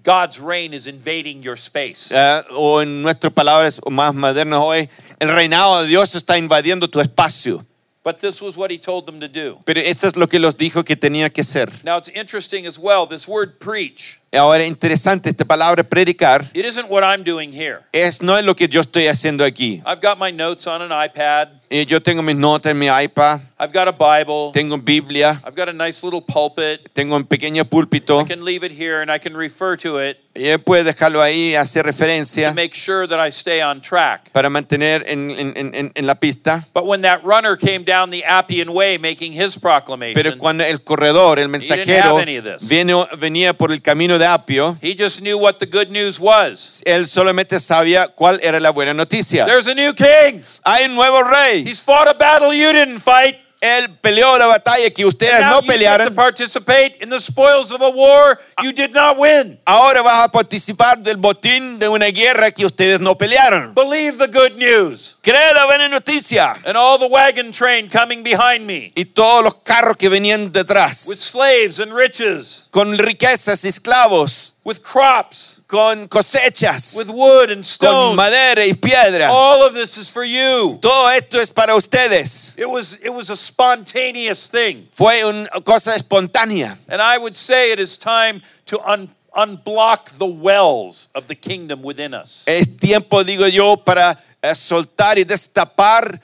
[SPEAKER 1] God's reign is invading your space.
[SPEAKER 2] Eh, o en nuestras palabras más modernas hoy, el reinado de Dios está invadiendo tu espacio.
[SPEAKER 1] But this was what he told them to do.
[SPEAKER 2] Pero esto es lo que los dijo que tenía que ser.
[SPEAKER 1] Now it's interesting as well, this word preach,
[SPEAKER 2] Ahora, interesante, esta palabra predicar
[SPEAKER 1] it isn't what I'm doing here.
[SPEAKER 2] es, no es lo que yo estoy haciendo aquí.
[SPEAKER 1] I've got my notes on an iPad,
[SPEAKER 2] Eh, yo tengo mis notas en mi iPad,
[SPEAKER 1] I've got a Bible,
[SPEAKER 2] tengo Biblia,
[SPEAKER 1] I've got a nice little pulpit.
[SPEAKER 2] tengo un pequeño púlpito.
[SPEAKER 1] I can leave it here and I can refer to it
[SPEAKER 2] Y él puede dejarlo ahí, hacer
[SPEAKER 1] to
[SPEAKER 2] referencia
[SPEAKER 1] make sure that I stay on track.
[SPEAKER 2] para mantener en, en- en- en- en la pista.
[SPEAKER 1] But when that runner came down the Appian Way making his
[SPEAKER 2] Pero
[SPEAKER 1] proclamation,
[SPEAKER 2] cuando el corredor, el mensajero,
[SPEAKER 1] have any of this.
[SPEAKER 2] viene- venía por el camino de Apio,
[SPEAKER 1] He just knew what the good news was.
[SPEAKER 2] él solamente sabía cuál era la buena noticia.
[SPEAKER 1] There's a new king.
[SPEAKER 2] Hay un nuevo rey.
[SPEAKER 1] He's fought a battle you didn't fight.
[SPEAKER 2] Él peleó la batalla que ustedes
[SPEAKER 1] Now you
[SPEAKER 2] no
[SPEAKER 1] get to
[SPEAKER 2] pelearon.
[SPEAKER 1] participate in the spoils of a war you did not win.
[SPEAKER 2] Ahora vas a participar del botín de una guerra que ustedes no pelearon.
[SPEAKER 1] Believe the good news.
[SPEAKER 2] Cree la buena noticia.
[SPEAKER 1] And all the wagon train coming behind me
[SPEAKER 2] Y todos los carros que venían
[SPEAKER 1] with
[SPEAKER 2] detrás,
[SPEAKER 1] slaves and riches,
[SPEAKER 2] con riquezas, esclavos,
[SPEAKER 1] with crops,
[SPEAKER 2] con cosechas.
[SPEAKER 1] with wood and
[SPEAKER 2] con
[SPEAKER 1] stone.
[SPEAKER 2] madera y piedra.
[SPEAKER 1] All of this is for you.
[SPEAKER 2] Todo esto es para ustedes.
[SPEAKER 1] It was it was a spontaneous thing.
[SPEAKER 2] Fue una cosa espontánea.
[SPEAKER 1] And I would say it is time to un- unblock the wells of the kingdom within us.
[SPEAKER 2] Es tiempo, digo yo, para eh, soltar y destapar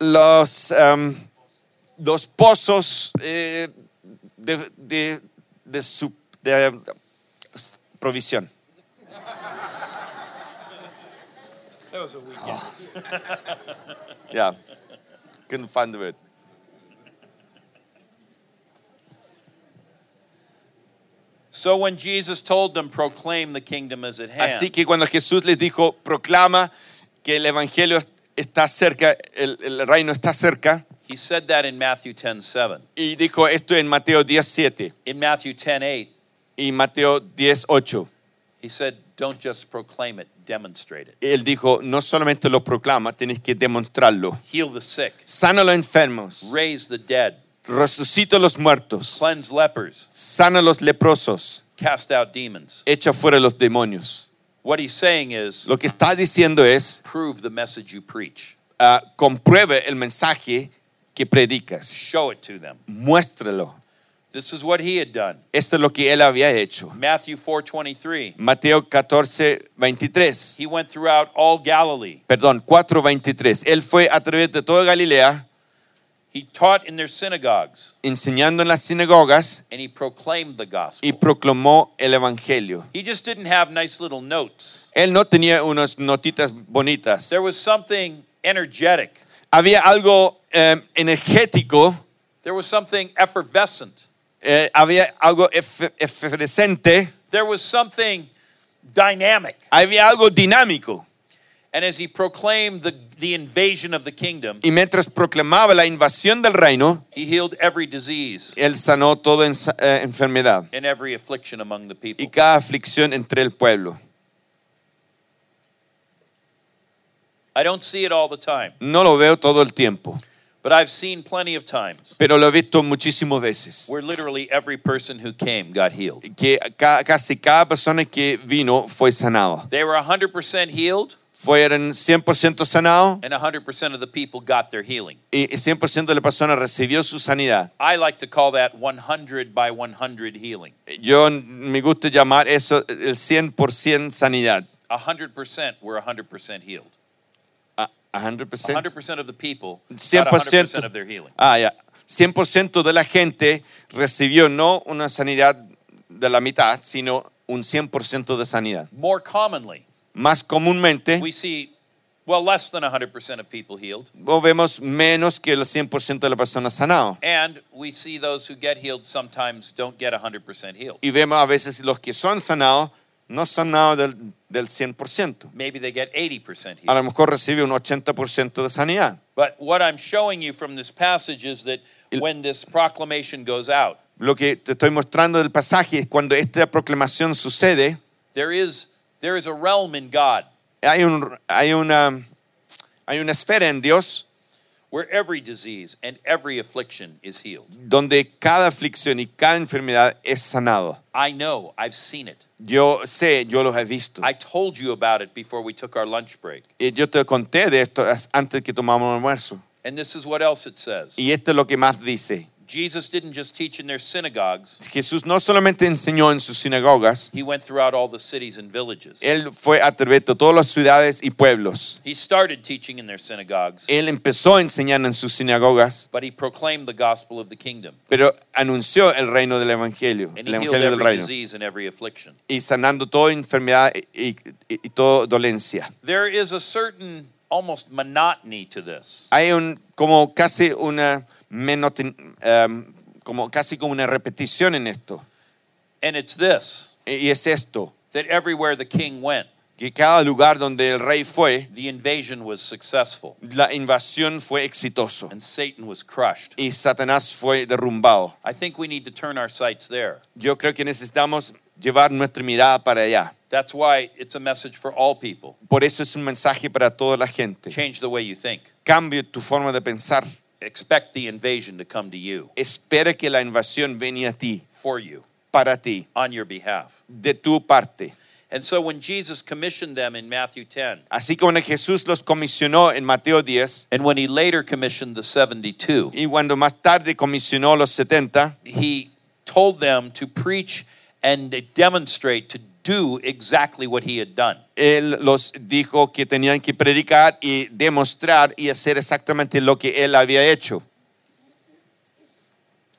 [SPEAKER 2] los, em, los pozos eh, de, de- de su de, eh, provisión.
[SPEAKER 1] That was a weekend.
[SPEAKER 2] Yeah. Couldn't find the word.
[SPEAKER 1] So when Jesus told them, proclaim the kingdom is at hand,
[SPEAKER 2] Así que cuando Jesús les dijo, proclama que el evangelio está cerca, el- el reino está cerca,
[SPEAKER 1] he said that in Matthew 10 7.
[SPEAKER 2] y dijo esto en Mateo 17
[SPEAKER 1] In Matthew 10 8,
[SPEAKER 2] y Mateo 18.
[SPEAKER 1] he said, don't just proclaim it, demonstrate it.
[SPEAKER 2] Él dijo, no solamente lo proclama, tienes que demostrarlo.
[SPEAKER 1] Heal the sick,
[SPEAKER 2] Sana a los enfermos,
[SPEAKER 1] raise the dead,
[SPEAKER 2] resucita a los muertos,
[SPEAKER 1] cleanse lepers,
[SPEAKER 2] sana a los leprosos,
[SPEAKER 1] cast out demons.
[SPEAKER 2] echa fuera a los demonios.
[SPEAKER 1] What he's saying is,
[SPEAKER 2] Lo que está diciendo es,
[SPEAKER 1] prove the message you preach,
[SPEAKER 2] ah, compruebe el mensaje que predicas,
[SPEAKER 1] show it to them.
[SPEAKER 2] muéstralo.
[SPEAKER 1] This is what he had done.
[SPEAKER 2] Esto es lo que él había hecho.
[SPEAKER 1] Matthew 4:23.
[SPEAKER 2] Mateo 14, 23,
[SPEAKER 1] He went throughout all Galilee.
[SPEAKER 2] perdón, 4, 23. Él fue a través de toda Galilea,
[SPEAKER 1] He taught in their synagogues
[SPEAKER 2] enseñando en las sinagogas
[SPEAKER 1] and he proclaimed the
[SPEAKER 2] y
[SPEAKER 1] gospel.
[SPEAKER 2] proclamó el evangelio.
[SPEAKER 1] He just didn't have nice little notes.
[SPEAKER 2] Él no tenía unas notitas bonitas.
[SPEAKER 1] There was something energetic.
[SPEAKER 2] Había algo eh, energético,
[SPEAKER 1] There was something effervescent.
[SPEAKER 2] eh, había algo efe- efervescente,
[SPEAKER 1] There was something dynamic.
[SPEAKER 2] había algo dinámico.
[SPEAKER 1] And as he proclaimed the, the invasion of the kingdom,
[SPEAKER 2] Y mientras proclamaba la invasión del reino,
[SPEAKER 1] he healed every disease
[SPEAKER 2] él sanó toda ensa- eh, enfermedad
[SPEAKER 1] and every affliction among the
[SPEAKER 2] y
[SPEAKER 1] people.
[SPEAKER 2] cada aflicción entre el pueblo.
[SPEAKER 1] I don't see it all the time,
[SPEAKER 2] No lo veo todo el tiempo,
[SPEAKER 1] but I've seen plenty of times
[SPEAKER 2] pero lo he visto muchísimas veces.
[SPEAKER 1] where literally every person who came got healed.
[SPEAKER 2] Que ca- casi cada persona que vino fue sanado.
[SPEAKER 1] They were 100% healed,
[SPEAKER 2] Fueron 100% sanados
[SPEAKER 1] and 100% of the people got their healing.
[SPEAKER 2] y 100% de la persona recibió su sanidad.
[SPEAKER 1] I like to call that 100 by 100 healing.
[SPEAKER 2] Yo me gusta llamar eso el 100% sanidad.
[SPEAKER 1] 100% were 100% healed.
[SPEAKER 2] 100%.
[SPEAKER 1] 100% of the people got 100%
[SPEAKER 2] 100%
[SPEAKER 1] of their healing.
[SPEAKER 2] Ah, ya. 100% de la gente recibió no una sanidad de la mitad, sino un 100% de sanidad.
[SPEAKER 1] More commonly,
[SPEAKER 2] Más comúnmente,
[SPEAKER 1] we see, well, less than 100% of people healed.
[SPEAKER 2] vos vemos menos que el 100% de la persona sanado.
[SPEAKER 1] And we see those who get healed sometimes don't get 100% healed.
[SPEAKER 2] Y vemos a veces los que son sanados, no sanados del, del 100%.
[SPEAKER 1] Maybe they get 80%
[SPEAKER 2] A
[SPEAKER 1] healed.
[SPEAKER 2] lo mejor recibe un 80% de sanidad.
[SPEAKER 1] But what I'm showing you from this passage is that
[SPEAKER 2] Il-
[SPEAKER 1] when this proclamation goes out,
[SPEAKER 2] Lo que te estoy mostrando del pasaje es cuando esta proclamación sucede,
[SPEAKER 1] there is there is a realm in God
[SPEAKER 2] hay, un, hay, una, hay una esfera en Dios
[SPEAKER 1] where every disease and every affliction is healed.
[SPEAKER 2] donde cada aflicción y cada enfermedad es sanado.
[SPEAKER 1] I know, I've seen it.
[SPEAKER 2] Yo sé, yo los he visto.
[SPEAKER 1] I told you about it before we took our lunch break.
[SPEAKER 2] Y yo te conté de esto as- antes que tomamos el almuerzo.
[SPEAKER 1] And this is what else it says.
[SPEAKER 2] Y esto es lo que más dice.
[SPEAKER 1] Jesus didn't just teach in their synagogues,
[SPEAKER 2] Jesús no solamente enseñó en sus sinagogas,
[SPEAKER 1] he went throughout all the cities and villages.
[SPEAKER 2] él fue a través de todas las ciudades y pueblos.
[SPEAKER 1] He started teaching in their synagogues,
[SPEAKER 2] Él empezó a enseñar en sus sinagogas,
[SPEAKER 1] but he proclaimed the gospel of the kingdom
[SPEAKER 2] pero anunció el reino del evangelio,
[SPEAKER 1] and
[SPEAKER 2] el
[SPEAKER 1] he healed
[SPEAKER 2] evangelio del
[SPEAKER 1] every
[SPEAKER 2] reino,
[SPEAKER 1] disease and every affliction.
[SPEAKER 2] y sanando toda enfermedad y, y- y toda dolencia.
[SPEAKER 1] There is a certain almost monotony to this.
[SPEAKER 2] Hay un como casi una menotin- em, como casi como una repetición en esto.
[SPEAKER 1] And it's this
[SPEAKER 2] Y es esto,
[SPEAKER 1] that everywhere the king went,
[SPEAKER 2] que cada lugar donde el rey fue,
[SPEAKER 1] the invasion was successful
[SPEAKER 2] la invasión fue exitoso
[SPEAKER 1] and Satan was crushed.
[SPEAKER 2] y Satanás fue derrumbado.
[SPEAKER 1] I think we need to turn our sights there.
[SPEAKER 2] Yo creo que necesitamos llevar nuestra mirada para allá.
[SPEAKER 1] That's why it's a message for all people.
[SPEAKER 2] Por eso es un mensaje para toda la gente.
[SPEAKER 1] Change the way you think.
[SPEAKER 2] Cambia tu forma de pensar.
[SPEAKER 1] Expect the invasion to come to you,
[SPEAKER 2] Espera que la invasión venga a ti,
[SPEAKER 1] for you,
[SPEAKER 2] para ti,
[SPEAKER 1] on your behalf.
[SPEAKER 2] de tu parte.
[SPEAKER 1] And so when Jesus commissioned them in Matthew 10,
[SPEAKER 2] Así como Jesús los comisionó en Mateo 10
[SPEAKER 1] and when he later commissioned the 72,
[SPEAKER 2] y cuando más tarde comisionó los 70,
[SPEAKER 1] he told them to preach and to demonstrate to do exactly what he had done.
[SPEAKER 2] él los dijo que tenían que predicar y demostrar y hacer exactamente lo que él había hecho.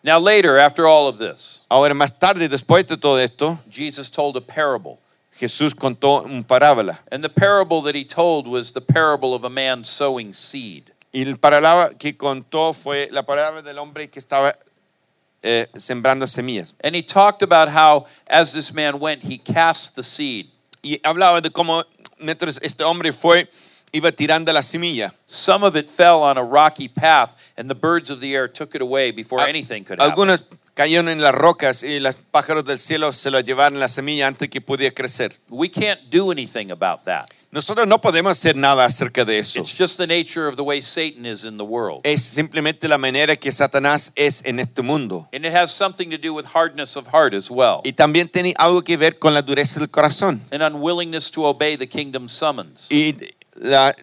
[SPEAKER 1] Now, later, after all of this,
[SPEAKER 2] Ahora más tarde, después de todo esto,
[SPEAKER 1] Jesus told a parable.
[SPEAKER 2] Jesús contó una parábola.
[SPEAKER 1] And the parable that he told was the parable of a man sowing seed.
[SPEAKER 2] Y la parábola que contó fue la parábola del hombre que estaba eh, sembrando semillas.
[SPEAKER 1] And he talked about how, as this man went, he cast the seed.
[SPEAKER 2] Y hablaba de cómo mientras este hombre fue, iba tirando la semilla.
[SPEAKER 1] Some of it fell on a rocky path, and the birds of the air took it away before
[SPEAKER 2] Al-
[SPEAKER 1] anything could happen.
[SPEAKER 2] Algunos cayeron en las rocas y los pájaros del cielo se lo llevaron la semilla antes que pudiera crecer.
[SPEAKER 1] We can't do anything about that.
[SPEAKER 2] Nosotros no podemos hacer nada acerca de eso.
[SPEAKER 1] It's just the nature of the way Satan is in the world.
[SPEAKER 2] Es simplemente la manera que Satanás es en este mundo.
[SPEAKER 1] And it has something to do with hardness of heart as well,
[SPEAKER 2] Y también tiene algo que ver con la dureza del corazón.
[SPEAKER 1] an unwillingness to obey the kingdom's summons.
[SPEAKER 2] y la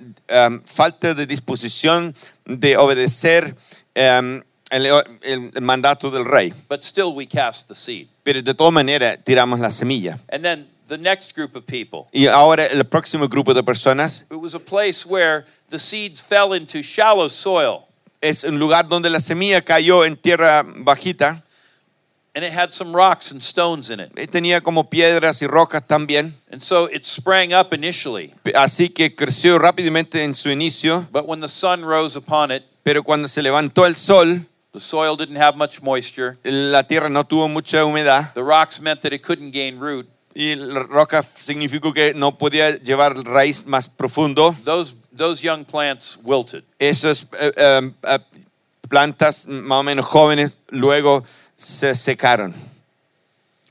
[SPEAKER 2] um, falta de disposición de obedecer um, el, el- el mandato del rey.
[SPEAKER 1] But still, we cast the seed.
[SPEAKER 2] Pero de todas maneras tiramos la semilla.
[SPEAKER 1] And then the next group of people.
[SPEAKER 2] Y ahora el próximo grupo de personas
[SPEAKER 1] It was a place where the seeds fell into shallow soil,
[SPEAKER 2] es un lugar donde la semilla cayó en tierra bajita.
[SPEAKER 1] and it had some rocks and stones in it.
[SPEAKER 2] Eh, Tenía como piedras y rocas también.
[SPEAKER 1] And so it sprang up initially.
[SPEAKER 2] P- Así que creció rápidamente en su inicio.
[SPEAKER 1] But when the sun rose upon it,
[SPEAKER 2] Pero cuando se levantó el sol,
[SPEAKER 1] the soil didn't have much moisture.
[SPEAKER 2] la tierra no tuvo mucha humedad.
[SPEAKER 1] The rocks meant that it couldn't gain root.
[SPEAKER 2] Y la roca significó que no podía llevar raíz más profundo.
[SPEAKER 1] Those, those young plants wilted.
[SPEAKER 2] esas eh, eh, eh, plantas más o menos jóvenes luego se secaron.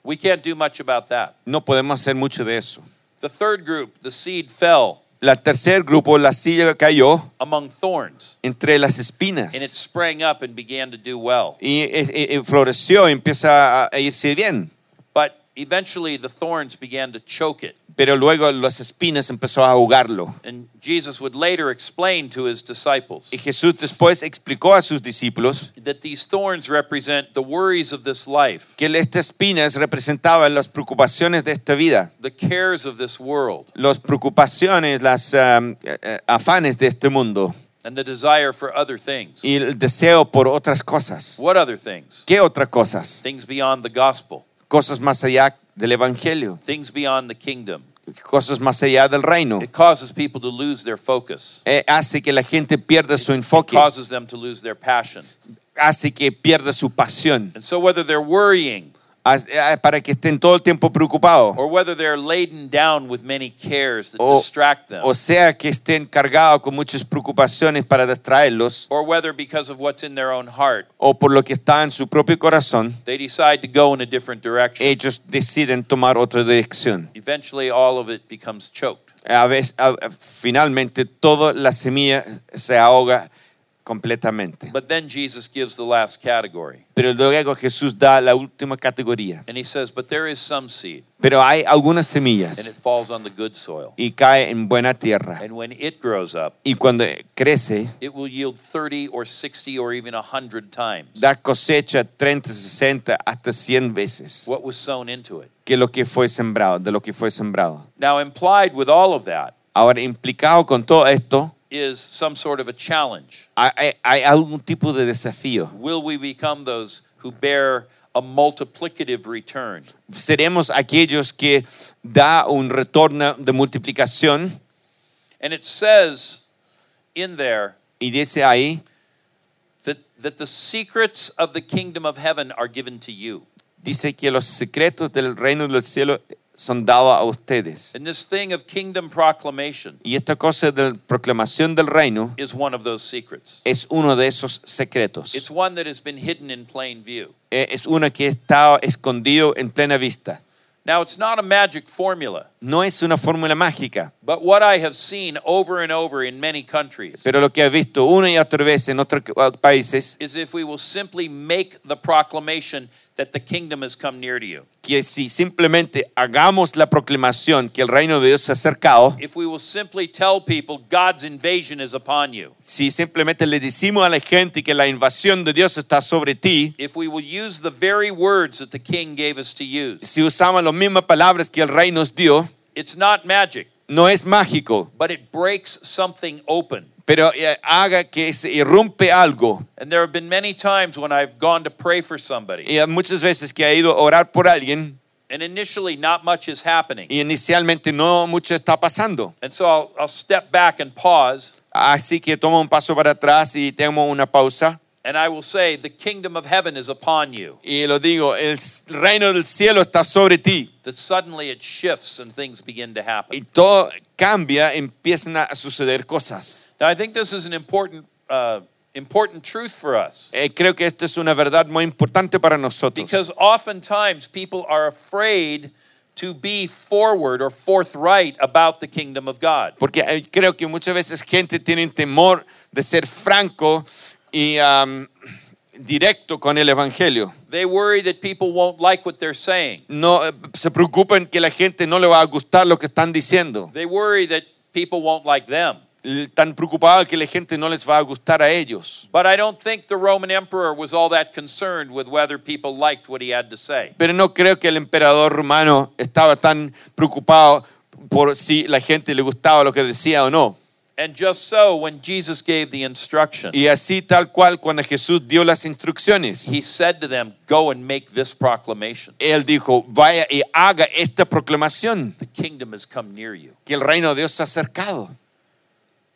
[SPEAKER 1] We can't do much about that.
[SPEAKER 2] No podemos hacer mucho de eso.
[SPEAKER 1] The third group, the seed fell
[SPEAKER 2] La tercer grupo, la silla cayó
[SPEAKER 1] among thorns,
[SPEAKER 2] entre las espinas
[SPEAKER 1] and it sprang up and began to do well.
[SPEAKER 2] eh, y eh, eh, floreció y empieza a a irse bien.
[SPEAKER 1] But Eventually, the thorns began to choke it.
[SPEAKER 2] pero luego las espinas empezó a ahogarlo.
[SPEAKER 1] And Jesus would later explain to his disciples
[SPEAKER 2] Y Jesús después explicó a sus discípulos
[SPEAKER 1] that these thorns represent the worries of this life,
[SPEAKER 2] que estas espinas representaban las preocupaciones de esta vida,
[SPEAKER 1] the cares of this world,
[SPEAKER 2] las preocupaciones, las um, eh, eh, afanes de este mundo
[SPEAKER 1] and the desire for other things.
[SPEAKER 2] y el deseo por otras cosas.
[SPEAKER 1] What other things?
[SPEAKER 2] ¿Qué otras cosas?
[SPEAKER 1] Things beyond the gospel,
[SPEAKER 2] Cosas más allá del Evangelio,
[SPEAKER 1] things beyond the kingdom.
[SPEAKER 2] cosas más allá del reino.
[SPEAKER 1] It causes people to lose their focus,
[SPEAKER 2] Eh, hace que la gente pierda su
[SPEAKER 1] it
[SPEAKER 2] enfoque,
[SPEAKER 1] causes them to lose their passion.
[SPEAKER 2] hace que pierda su pasión,
[SPEAKER 1] And so, whether they're worrying
[SPEAKER 2] haz- eh, para que estén todo el tiempo preocupados.
[SPEAKER 1] or whether they're laden down with many cares that
[SPEAKER 2] O-
[SPEAKER 1] distract them,
[SPEAKER 2] O sea, que estén cargados con muchas preocupaciones para distraerlos
[SPEAKER 1] or whether because of what's in their own heart,
[SPEAKER 2] o por lo que está en su propio corazón,
[SPEAKER 1] they decide to go in a different direction.
[SPEAKER 2] ellos deciden tomar otra dirección.
[SPEAKER 1] Eventually, all of it becomes choked.
[SPEAKER 2] A veces, a- a- finalmente, toda la semilla se ahoga completamente.
[SPEAKER 1] But then Jesus gives the last category.
[SPEAKER 2] Pero luego Jesús da la última categoría.
[SPEAKER 1] And he says, But there is some seed,
[SPEAKER 2] Pero hay algunas
[SPEAKER 1] and it
[SPEAKER 2] semillas
[SPEAKER 1] falls on the good soil.
[SPEAKER 2] y cae en buena tierra.
[SPEAKER 1] And when it grows up,
[SPEAKER 2] Y cuando crece,
[SPEAKER 1] it will yield 30 or 60 or even 100 times
[SPEAKER 2] da cosecha 30, 60, hasta 100 veces
[SPEAKER 1] what was sown into it.
[SPEAKER 2] que lo que fue sembrado, de lo que fue sembrado.
[SPEAKER 1] Now, implied with all of that
[SPEAKER 2] Ahora, implicado con todo esto,
[SPEAKER 1] is some sort of a challenge.
[SPEAKER 2] hay- hay- hay algún tipo de desafío.
[SPEAKER 1] Will we become those who bear a multiplicative return?
[SPEAKER 2] seremos aquellos que da un retorno de multiplicación
[SPEAKER 1] And it says in there
[SPEAKER 2] y dice ahí
[SPEAKER 1] that, that the secrets of the kingdom of heaven are given to you.
[SPEAKER 2] dice que los secretos del reino de los cielos son dados a ustedes
[SPEAKER 1] And this thing of kingdom proclamation
[SPEAKER 2] y esta cosa de la proclamación del reino
[SPEAKER 1] is one of those secrets.
[SPEAKER 2] es uno de esos secretos
[SPEAKER 1] It's one that has been hidden in plain view.
[SPEAKER 2] Eh, es uno que está escondido en plena vista
[SPEAKER 1] Now, it's not a magic formula,
[SPEAKER 2] no es una fórmula mágica
[SPEAKER 1] but what I have seen over and over in many countries
[SPEAKER 2] pero lo que he visto una y otra vez en otros eh, países
[SPEAKER 1] is if we will simply make the proclamation that the kingdom has come near to you,
[SPEAKER 2] que si simplemente hagamos la proclamación que el reino de Dios se ha acercado
[SPEAKER 1] if we will simply tell people God's invasion is upon you,
[SPEAKER 2] si simplemente le decimos a la gente que la invasión de Dios está sobre ti,
[SPEAKER 1] if we will use the very words that the king gave us to use,
[SPEAKER 2] si usamos las mismas palabras que el rey nos dio,
[SPEAKER 1] it's not magic,
[SPEAKER 2] no es mágico,
[SPEAKER 1] but it breaks something open.
[SPEAKER 2] pero eh, haga que se irrumpe algo.
[SPEAKER 1] And there have been many times when I've gone to pray for somebody,
[SPEAKER 2] Y hay muchas veces que ha ido a orar por alguien
[SPEAKER 1] and initially not much is happening.
[SPEAKER 2] y inicialmente no mucho está pasando.
[SPEAKER 1] And so I'll, I'll step back and pause,
[SPEAKER 2] Así que toma un paso para atrás y tengo una pausa
[SPEAKER 1] and I will say, The kingdom of heaven is upon you.
[SPEAKER 2] y lo digo, el s- reino del cielo está sobre ti.
[SPEAKER 1] That suddenly it shifts and things begin to
[SPEAKER 2] Y
[SPEAKER 1] happen.
[SPEAKER 2] todo cambia, empiezan a suceder cosas.
[SPEAKER 1] Now, I think this is an important, uh, important truth for us
[SPEAKER 2] Eh, creo que esto es una verdad muy importante para nosotros.
[SPEAKER 1] because oftentimes people are afraid to be forward or forthright about the kingdom of God.
[SPEAKER 2] Porque eh, creo que muchas veces gente tiene temor de ser franco y am, directo con el Evangelio.
[SPEAKER 1] They worry that people won't like what they're saying,
[SPEAKER 2] No, eh, se preocupan que la gente no le va a gustar lo que están diciendo.
[SPEAKER 1] they worry that people won't like them.
[SPEAKER 2] Están preocupados que la gente no les va a gustar a ellos.
[SPEAKER 1] But I don't think the Roman emperor was all that concerned with whether people liked what he had to say.
[SPEAKER 2] Pero no creo que el emperador romano estaba tan preocupado por si la gente le gustaba lo que decía o no.
[SPEAKER 1] And just so, when Jesus gave the instruction,
[SPEAKER 2] Y así tal cual cuando Jesús dio las instrucciones,
[SPEAKER 1] he said to them, Go and make this proclamation.
[SPEAKER 2] él dijo, vaya y haga esta proclamación.
[SPEAKER 1] The kingdom has come near you.
[SPEAKER 2] que el reino de Dios se ha acercado.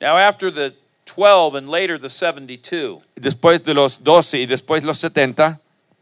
[SPEAKER 1] Now, after the 12 and later the 72,
[SPEAKER 2] Después de los 12 y después los 70,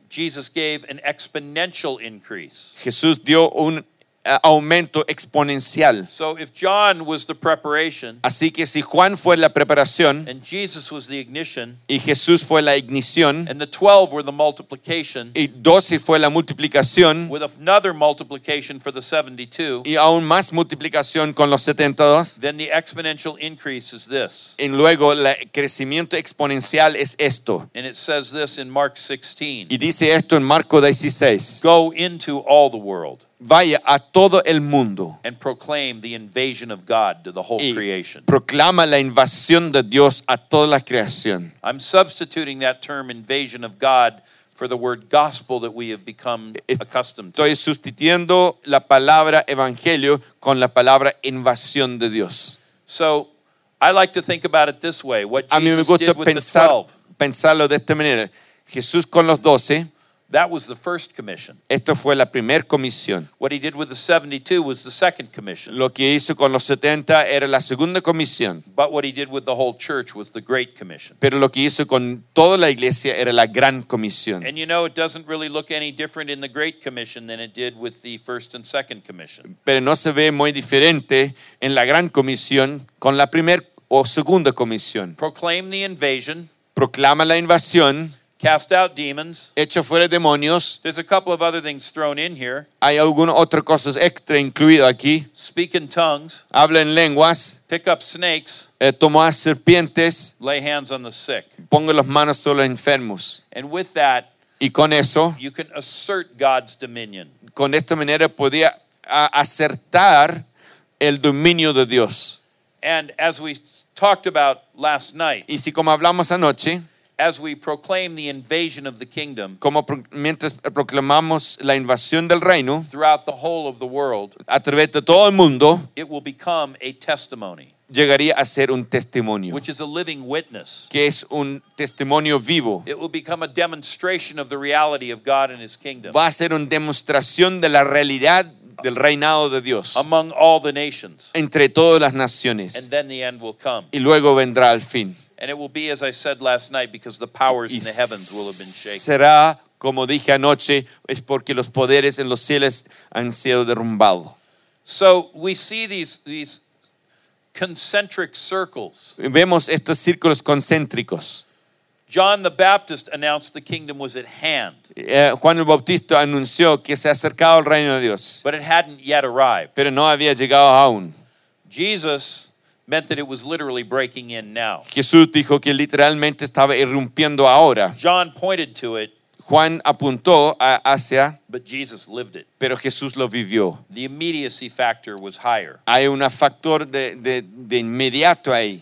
[SPEAKER 1] Jesus gave an exponential increase.
[SPEAKER 2] Jesús dio un eh, aumento exponencial.
[SPEAKER 1] So, if John was the preparation
[SPEAKER 2] Así que si Juan fue la preparación
[SPEAKER 1] and Jesus was the ignition
[SPEAKER 2] y Jesús fue la ignición
[SPEAKER 1] and the 12 were the multiplication
[SPEAKER 2] y 12 fue la multiplicación
[SPEAKER 1] with another multiplication for the 72,
[SPEAKER 2] y aún más multiplicación con los 72,
[SPEAKER 1] then the exponential increase is this.
[SPEAKER 2] y luego el crecimiento exponencial es esto.
[SPEAKER 1] And it says this in Mark 16
[SPEAKER 2] Y dice esto en Marco 16,
[SPEAKER 1] Go into all the world
[SPEAKER 2] vaya a todo el mundo
[SPEAKER 1] and proclaim the invasion of God to the whole
[SPEAKER 2] y
[SPEAKER 1] creation.
[SPEAKER 2] proclama la invasión de Dios a toda la creación.
[SPEAKER 1] I'm substituting that term invasion of God for the word gospel that we have become
[SPEAKER 2] It-
[SPEAKER 1] accustomed to.
[SPEAKER 2] Estoy sustituyendo la palabra evangelio con la palabra invasión de Dios.
[SPEAKER 1] So I like to think about it this way what
[SPEAKER 2] A mí me
[SPEAKER 1] Jesus
[SPEAKER 2] gusta
[SPEAKER 1] did with the
[SPEAKER 2] pensar,
[SPEAKER 1] 12,
[SPEAKER 2] pensarlo de esta manera. Jesús con los doce,
[SPEAKER 1] that was the first commission.
[SPEAKER 2] esto fue la primera comisión.
[SPEAKER 1] What he did with the 72 was the second commission.
[SPEAKER 2] Lo que hizo con los 70 era la segunda comisión,
[SPEAKER 1] But what he did with the whole church was the great commission.
[SPEAKER 2] pero lo que hizo con toda la iglesia era la gran comisión.
[SPEAKER 1] And you know, it doesn't really look any different in the Great Commission than it did with the First and Second Commission.
[SPEAKER 2] pero no se ve muy diferente en la gran comisión con la primera o segunda comisión.
[SPEAKER 1] Proclaim the invasion,
[SPEAKER 2] Proclama la invasión,
[SPEAKER 1] cast out demons.
[SPEAKER 2] echa fuera demonios,
[SPEAKER 1] There's a couple of other things thrown in here
[SPEAKER 2] hay algunas otras cosas extra incluido aquí,
[SPEAKER 1] speak in tongues,
[SPEAKER 2] habla en lenguas,
[SPEAKER 1] pick up snakes,
[SPEAKER 2] eh, toma serpientes,
[SPEAKER 1] lay hands on the sick.
[SPEAKER 2] ponga las manos sobre los enfermos.
[SPEAKER 1] And with that,
[SPEAKER 2] Y con eso,
[SPEAKER 1] you can assert God's dominion.
[SPEAKER 2] con esta manera podía a- acertar el dominio de Dios.
[SPEAKER 1] And as we talked about last night,
[SPEAKER 2] Y si como hablamos anoche,
[SPEAKER 1] as we proclaim the invasion of the kingdom
[SPEAKER 2] como pro- mientras proclamamos la invasión del reino
[SPEAKER 1] throughout the whole of the world,
[SPEAKER 2] a través de todo el mundo,
[SPEAKER 1] it will become a testimony,
[SPEAKER 2] llegaría a ser un testimonio,
[SPEAKER 1] which is a living witness.
[SPEAKER 2] que es un testimonio vivo.
[SPEAKER 1] It will become a demonstration of the reality of God and his kingdom
[SPEAKER 2] Va a ser una demostración de la realidad del reinado de Dios
[SPEAKER 1] among all the nations.
[SPEAKER 2] entre todas las
[SPEAKER 1] And
[SPEAKER 2] naciones.
[SPEAKER 1] then the end will come.
[SPEAKER 2] Y luego vendrá el fin.
[SPEAKER 1] And it will be, as I said last night, because the powers
[SPEAKER 2] Y
[SPEAKER 1] in the heavens will have been shaken.
[SPEAKER 2] será, como dije anoche, es porque los poderes en los cielos han sido derrumbados.
[SPEAKER 1] So we see these, these concentric circles.
[SPEAKER 2] Vemos estos círculos concéntricos.
[SPEAKER 1] John the Baptist announced the kingdom was at hand,
[SPEAKER 2] Eh, Juan el Bautista anunció que se ha acercado el reino de Dios,
[SPEAKER 1] but it hadn't yet arrived.
[SPEAKER 2] pero no había llegado aún.
[SPEAKER 1] Jesus meant that it was literally breaking in now.
[SPEAKER 2] Jesús dijo que literalmente estaba irrumpiendo ahora.
[SPEAKER 1] John pointed to it,
[SPEAKER 2] Juan apuntó a- hacia,
[SPEAKER 1] but Jesus lived it.
[SPEAKER 2] pero Jesús lo vivió.
[SPEAKER 1] The immediacy factor was higher.
[SPEAKER 2] Hay un factor de, de- de inmediato ahí,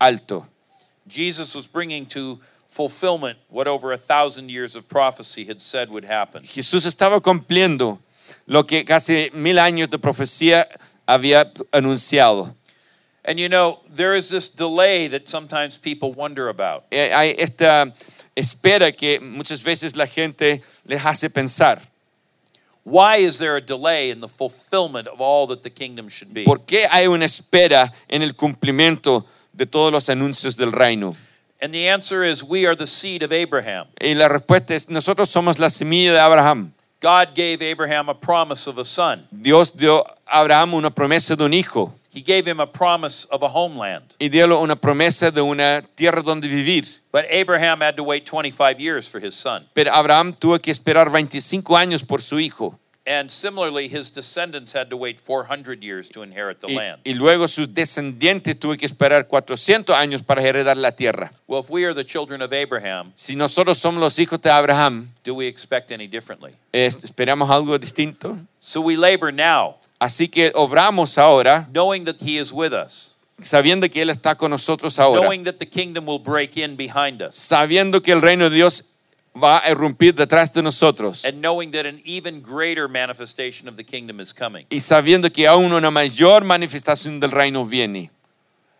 [SPEAKER 2] alto.
[SPEAKER 1] Jesus was bringing to fulfillment what over a thousand years of prophecy had said would happen.
[SPEAKER 2] Jesús estaba cumpliendo lo que casi mil años de profecía había anunciado.
[SPEAKER 1] And you know, there is this delay that sometimes people wonder about.
[SPEAKER 2] Eh, Hay esta espera que muchas veces la gente les hace pensar.
[SPEAKER 1] Why is there a delay in the fulfillment of all that the kingdom should be?
[SPEAKER 2] ¿Por qué hay una espera en el cumplimiento de todos los anuncios del reino?
[SPEAKER 1] And the answer is we are the seed of Abraham.
[SPEAKER 2] Y la respuesta es, nosotros somos la semilla de Abraham.
[SPEAKER 1] God gave Abraham a promise of a son.
[SPEAKER 2] Dios dio a Abraham una promesa de un hijo.
[SPEAKER 1] He gave him a promise of a homeland.
[SPEAKER 2] y dióle una promesa de una tierra donde vivir.
[SPEAKER 1] But Abraham had to wait 25 years for his son.
[SPEAKER 2] Pero Abraham tuvo que esperar 25 años por su hijo
[SPEAKER 1] And similarly, his descendants had to wait 400 years to inherit the
[SPEAKER 2] y,
[SPEAKER 1] land.
[SPEAKER 2] y luego sus descendientes tuvo que esperar 400 años para heredar la tierra.
[SPEAKER 1] Well, if we are the children of Abraham,
[SPEAKER 2] Si nosotros somos los hijos de Abraham,
[SPEAKER 1] do we expect any differently?
[SPEAKER 2] eh, esperamos algo distinto.
[SPEAKER 1] So we labor now,
[SPEAKER 2] Así que obramos ahora
[SPEAKER 1] knowing that he is with us,
[SPEAKER 2] sabiendo que Él está con nosotros ahora,
[SPEAKER 1] knowing that the kingdom will break in behind us,
[SPEAKER 2] sabiendo que el reino de Dios va a irrumpir detrás de nosotros
[SPEAKER 1] and knowing that an even greater manifestation of the kingdom is coming.
[SPEAKER 2] y sabiendo que aún una mayor manifestación del reino viene.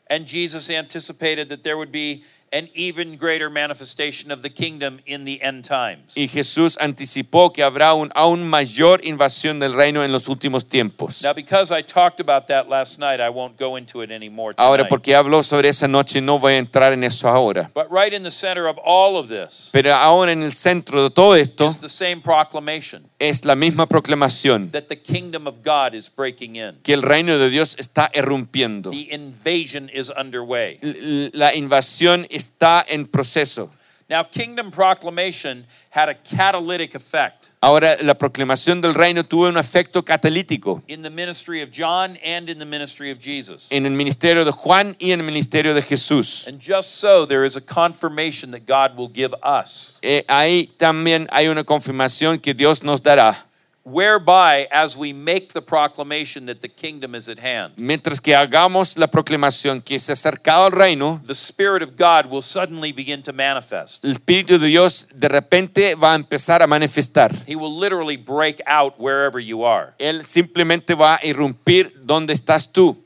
[SPEAKER 1] And Jesus anticipated that there would be an even greater manifestation of the kingdom in the end times.
[SPEAKER 2] Y Jesús anticipó que habrá un aún mayor invasión del reino en los últimos tiempos.
[SPEAKER 1] Now, because I talked about that last night, I won't go into it anymore.
[SPEAKER 2] Ahora,
[SPEAKER 1] tonight.
[SPEAKER 2] porque habló sobre esa noche, no voy a entrar en eso ahora.
[SPEAKER 1] But right in the center of all of this
[SPEAKER 2] Pero ahora en el centro de todo esto
[SPEAKER 1] is the same proclamation
[SPEAKER 2] es la misma proclamación,
[SPEAKER 1] that the kingdom of God is breaking in.
[SPEAKER 2] que el reino de Dios está irrumpiendo.
[SPEAKER 1] The invasion is underway.
[SPEAKER 2] L- La invasión está en proceso.
[SPEAKER 1] Now, kingdom proclamation had a catalytic effect
[SPEAKER 2] Ahora, la proclamación del reino tuvo un efecto catalítico
[SPEAKER 1] in the ministry of John and in the ministry of Jesus.
[SPEAKER 2] en el ministerio de Juan y en el ministerio de Jesús.
[SPEAKER 1] And just so, there is a confirmation that God will give us
[SPEAKER 2] Eh, ahí también hay una confirmación que Dios nos dará
[SPEAKER 1] whereby as we make the proclamation that the kingdom is at hand,
[SPEAKER 2] Mientras que hagamos la proclamación que se ha acercado al reino,
[SPEAKER 1] the Spirit of God will suddenly begin to manifest.
[SPEAKER 2] el Espíritu de Dios de repente va a empezar a manifestar.
[SPEAKER 1] He will literally break out wherever you are.
[SPEAKER 2] Él simplemente va a irrumpir donde estás tú.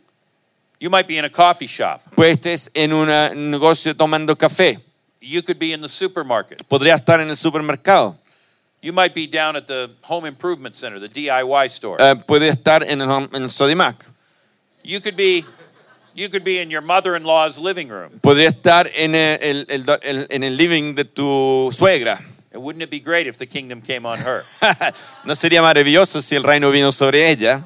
[SPEAKER 1] You might be in a coffee shop.
[SPEAKER 2] Pues estés en una- un negocio tomando café.
[SPEAKER 1] You could be in the supermarket.
[SPEAKER 2] Podría estar en el supermercado.
[SPEAKER 1] You might be down at the home improvement center, the DIY store.
[SPEAKER 2] Eh, puede estar en el, en el Sodimac.
[SPEAKER 1] You could be you could be in your mother-in-law's living room.
[SPEAKER 2] Podría estar en el, el- el do- el- en el living de tu suegra.
[SPEAKER 1] And wouldn't it be great if the kingdom came on her?
[SPEAKER 2] ¿No sería maravilloso si el reino vino sobre ella?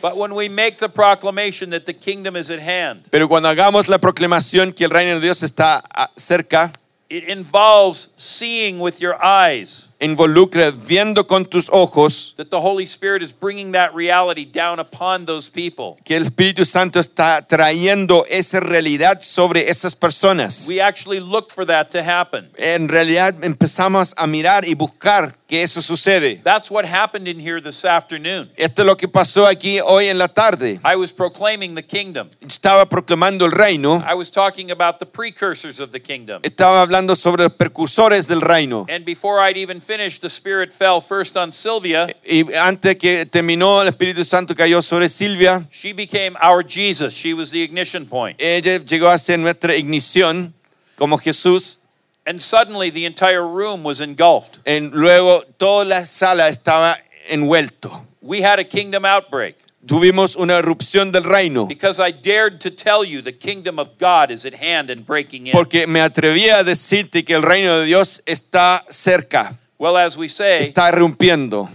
[SPEAKER 1] But when we make the proclamation that the kingdom is at hand,
[SPEAKER 2] Pero cuando hagamos la proclamación que el reino de Dios está ah, cerca,
[SPEAKER 1] it involves seeing with your eyes
[SPEAKER 2] involucra viendo con tus ojos
[SPEAKER 1] that the Holy Spirit is bringing that reality down upon those people.
[SPEAKER 2] que el Espíritu Santo está trayendo esa realidad sobre esas personas.
[SPEAKER 1] We actually look for that to happen.
[SPEAKER 2] en realidad empezamos a mirar y buscar que eso sucede.
[SPEAKER 1] That's what happened in here this afternoon.
[SPEAKER 2] Esto es lo que pasó aquí hoy en la tarde.
[SPEAKER 1] I was proclaiming the kingdom.
[SPEAKER 2] Estaba proclamando el reino,
[SPEAKER 1] I was talking about the precursors of the kingdom.
[SPEAKER 2] estaba hablando sobre los precursores del reino.
[SPEAKER 1] And before I'd even finished, the Spirit fell first on Sylvia.
[SPEAKER 2] Y antes que terminó, el Espíritu Santo cayó sobre Silvia.
[SPEAKER 1] She became our Jesus. She was the ignition point.
[SPEAKER 2] Ella llegó a ser nuestra ignición como Jesús.
[SPEAKER 1] And suddenly the entire room was engulfed.
[SPEAKER 2] En- luego toda la sala estaba envuelto.
[SPEAKER 1] We had a kingdom outbreak
[SPEAKER 2] Tuvimos una erupción del reino.
[SPEAKER 1] because I dared to tell you the kingdom of God is at hand and breaking in.
[SPEAKER 2] Porque me atrevía a decirte que el reino de Dios está cerca,
[SPEAKER 1] Well, as we say,
[SPEAKER 2] está irrumpiendo.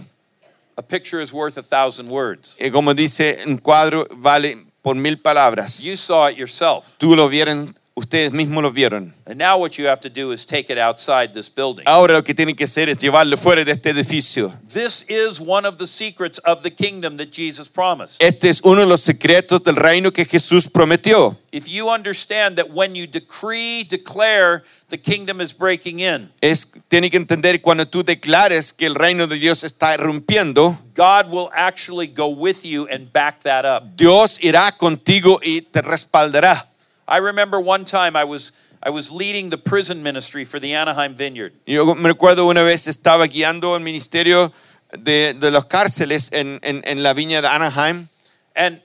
[SPEAKER 1] a picture is worth a thousand words.
[SPEAKER 2] Eh, como dice un cuadro, vale por mil palabras.
[SPEAKER 1] You saw it yourself.
[SPEAKER 2] Tú lo vieron, ustedes mismos lo vieron.
[SPEAKER 1] And now what you have to do is take it outside this building.
[SPEAKER 2] Ahora lo que tienen que hacer es llevarlo fuera de este edificio.
[SPEAKER 1] This is one of the secrets of the kingdom that Jesus promised.
[SPEAKER 2] Este es uno de los secretos del reino que Jesús prometió.
[SPEAKER 1] If you understand that when you decree, declare, the kingdom is breaking in,
[SPEAKER 2] Es, tiene que entender cuando tú declares que el reino de Dios está irrumpiendo,
[SPEAKER 1] God will actually go with you and back that up.
[SPEAKER 2] Dios irá contigo y te respaldará.
[SPEAKER 1] I remember one time I was I was leading the prison ministry for the Anaheim Vineyard,
[SPEAKER 2] Yo me recuerdo una vez estaba guiando el ministerio de, de los cárceles en, en- en la viña de Anaheim
[SPEAKER 1] and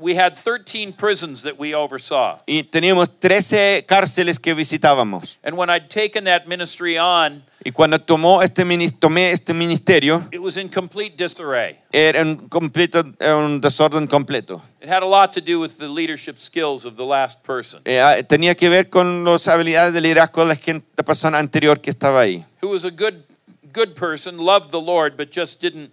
[SPEAKER 1] we had 13 prisons that we oversaw.
[SPEAKER 2] y teníamos 13 cárceles que visitábamos.
[SPEAKER 1] And when I'd taken that ministry on,
[SPEAKER 2] Y cuando tomó este, mini- tomé este ministerio,
[SPEAKER 1] it was in complete disarray.
[SPEAKER 2] era un, completo, era un desorden completo.
[SPEAKER 1] It had a lot to do with the leadership skills of the last person,
[SPEAKER 2] Eh, ah, tenía que ver con las habilidades de liderazgo de la, gente, la persona anterior que estaba ahí.
[SPEAKER 1] who was a good good person, loved the Lord, but just didn't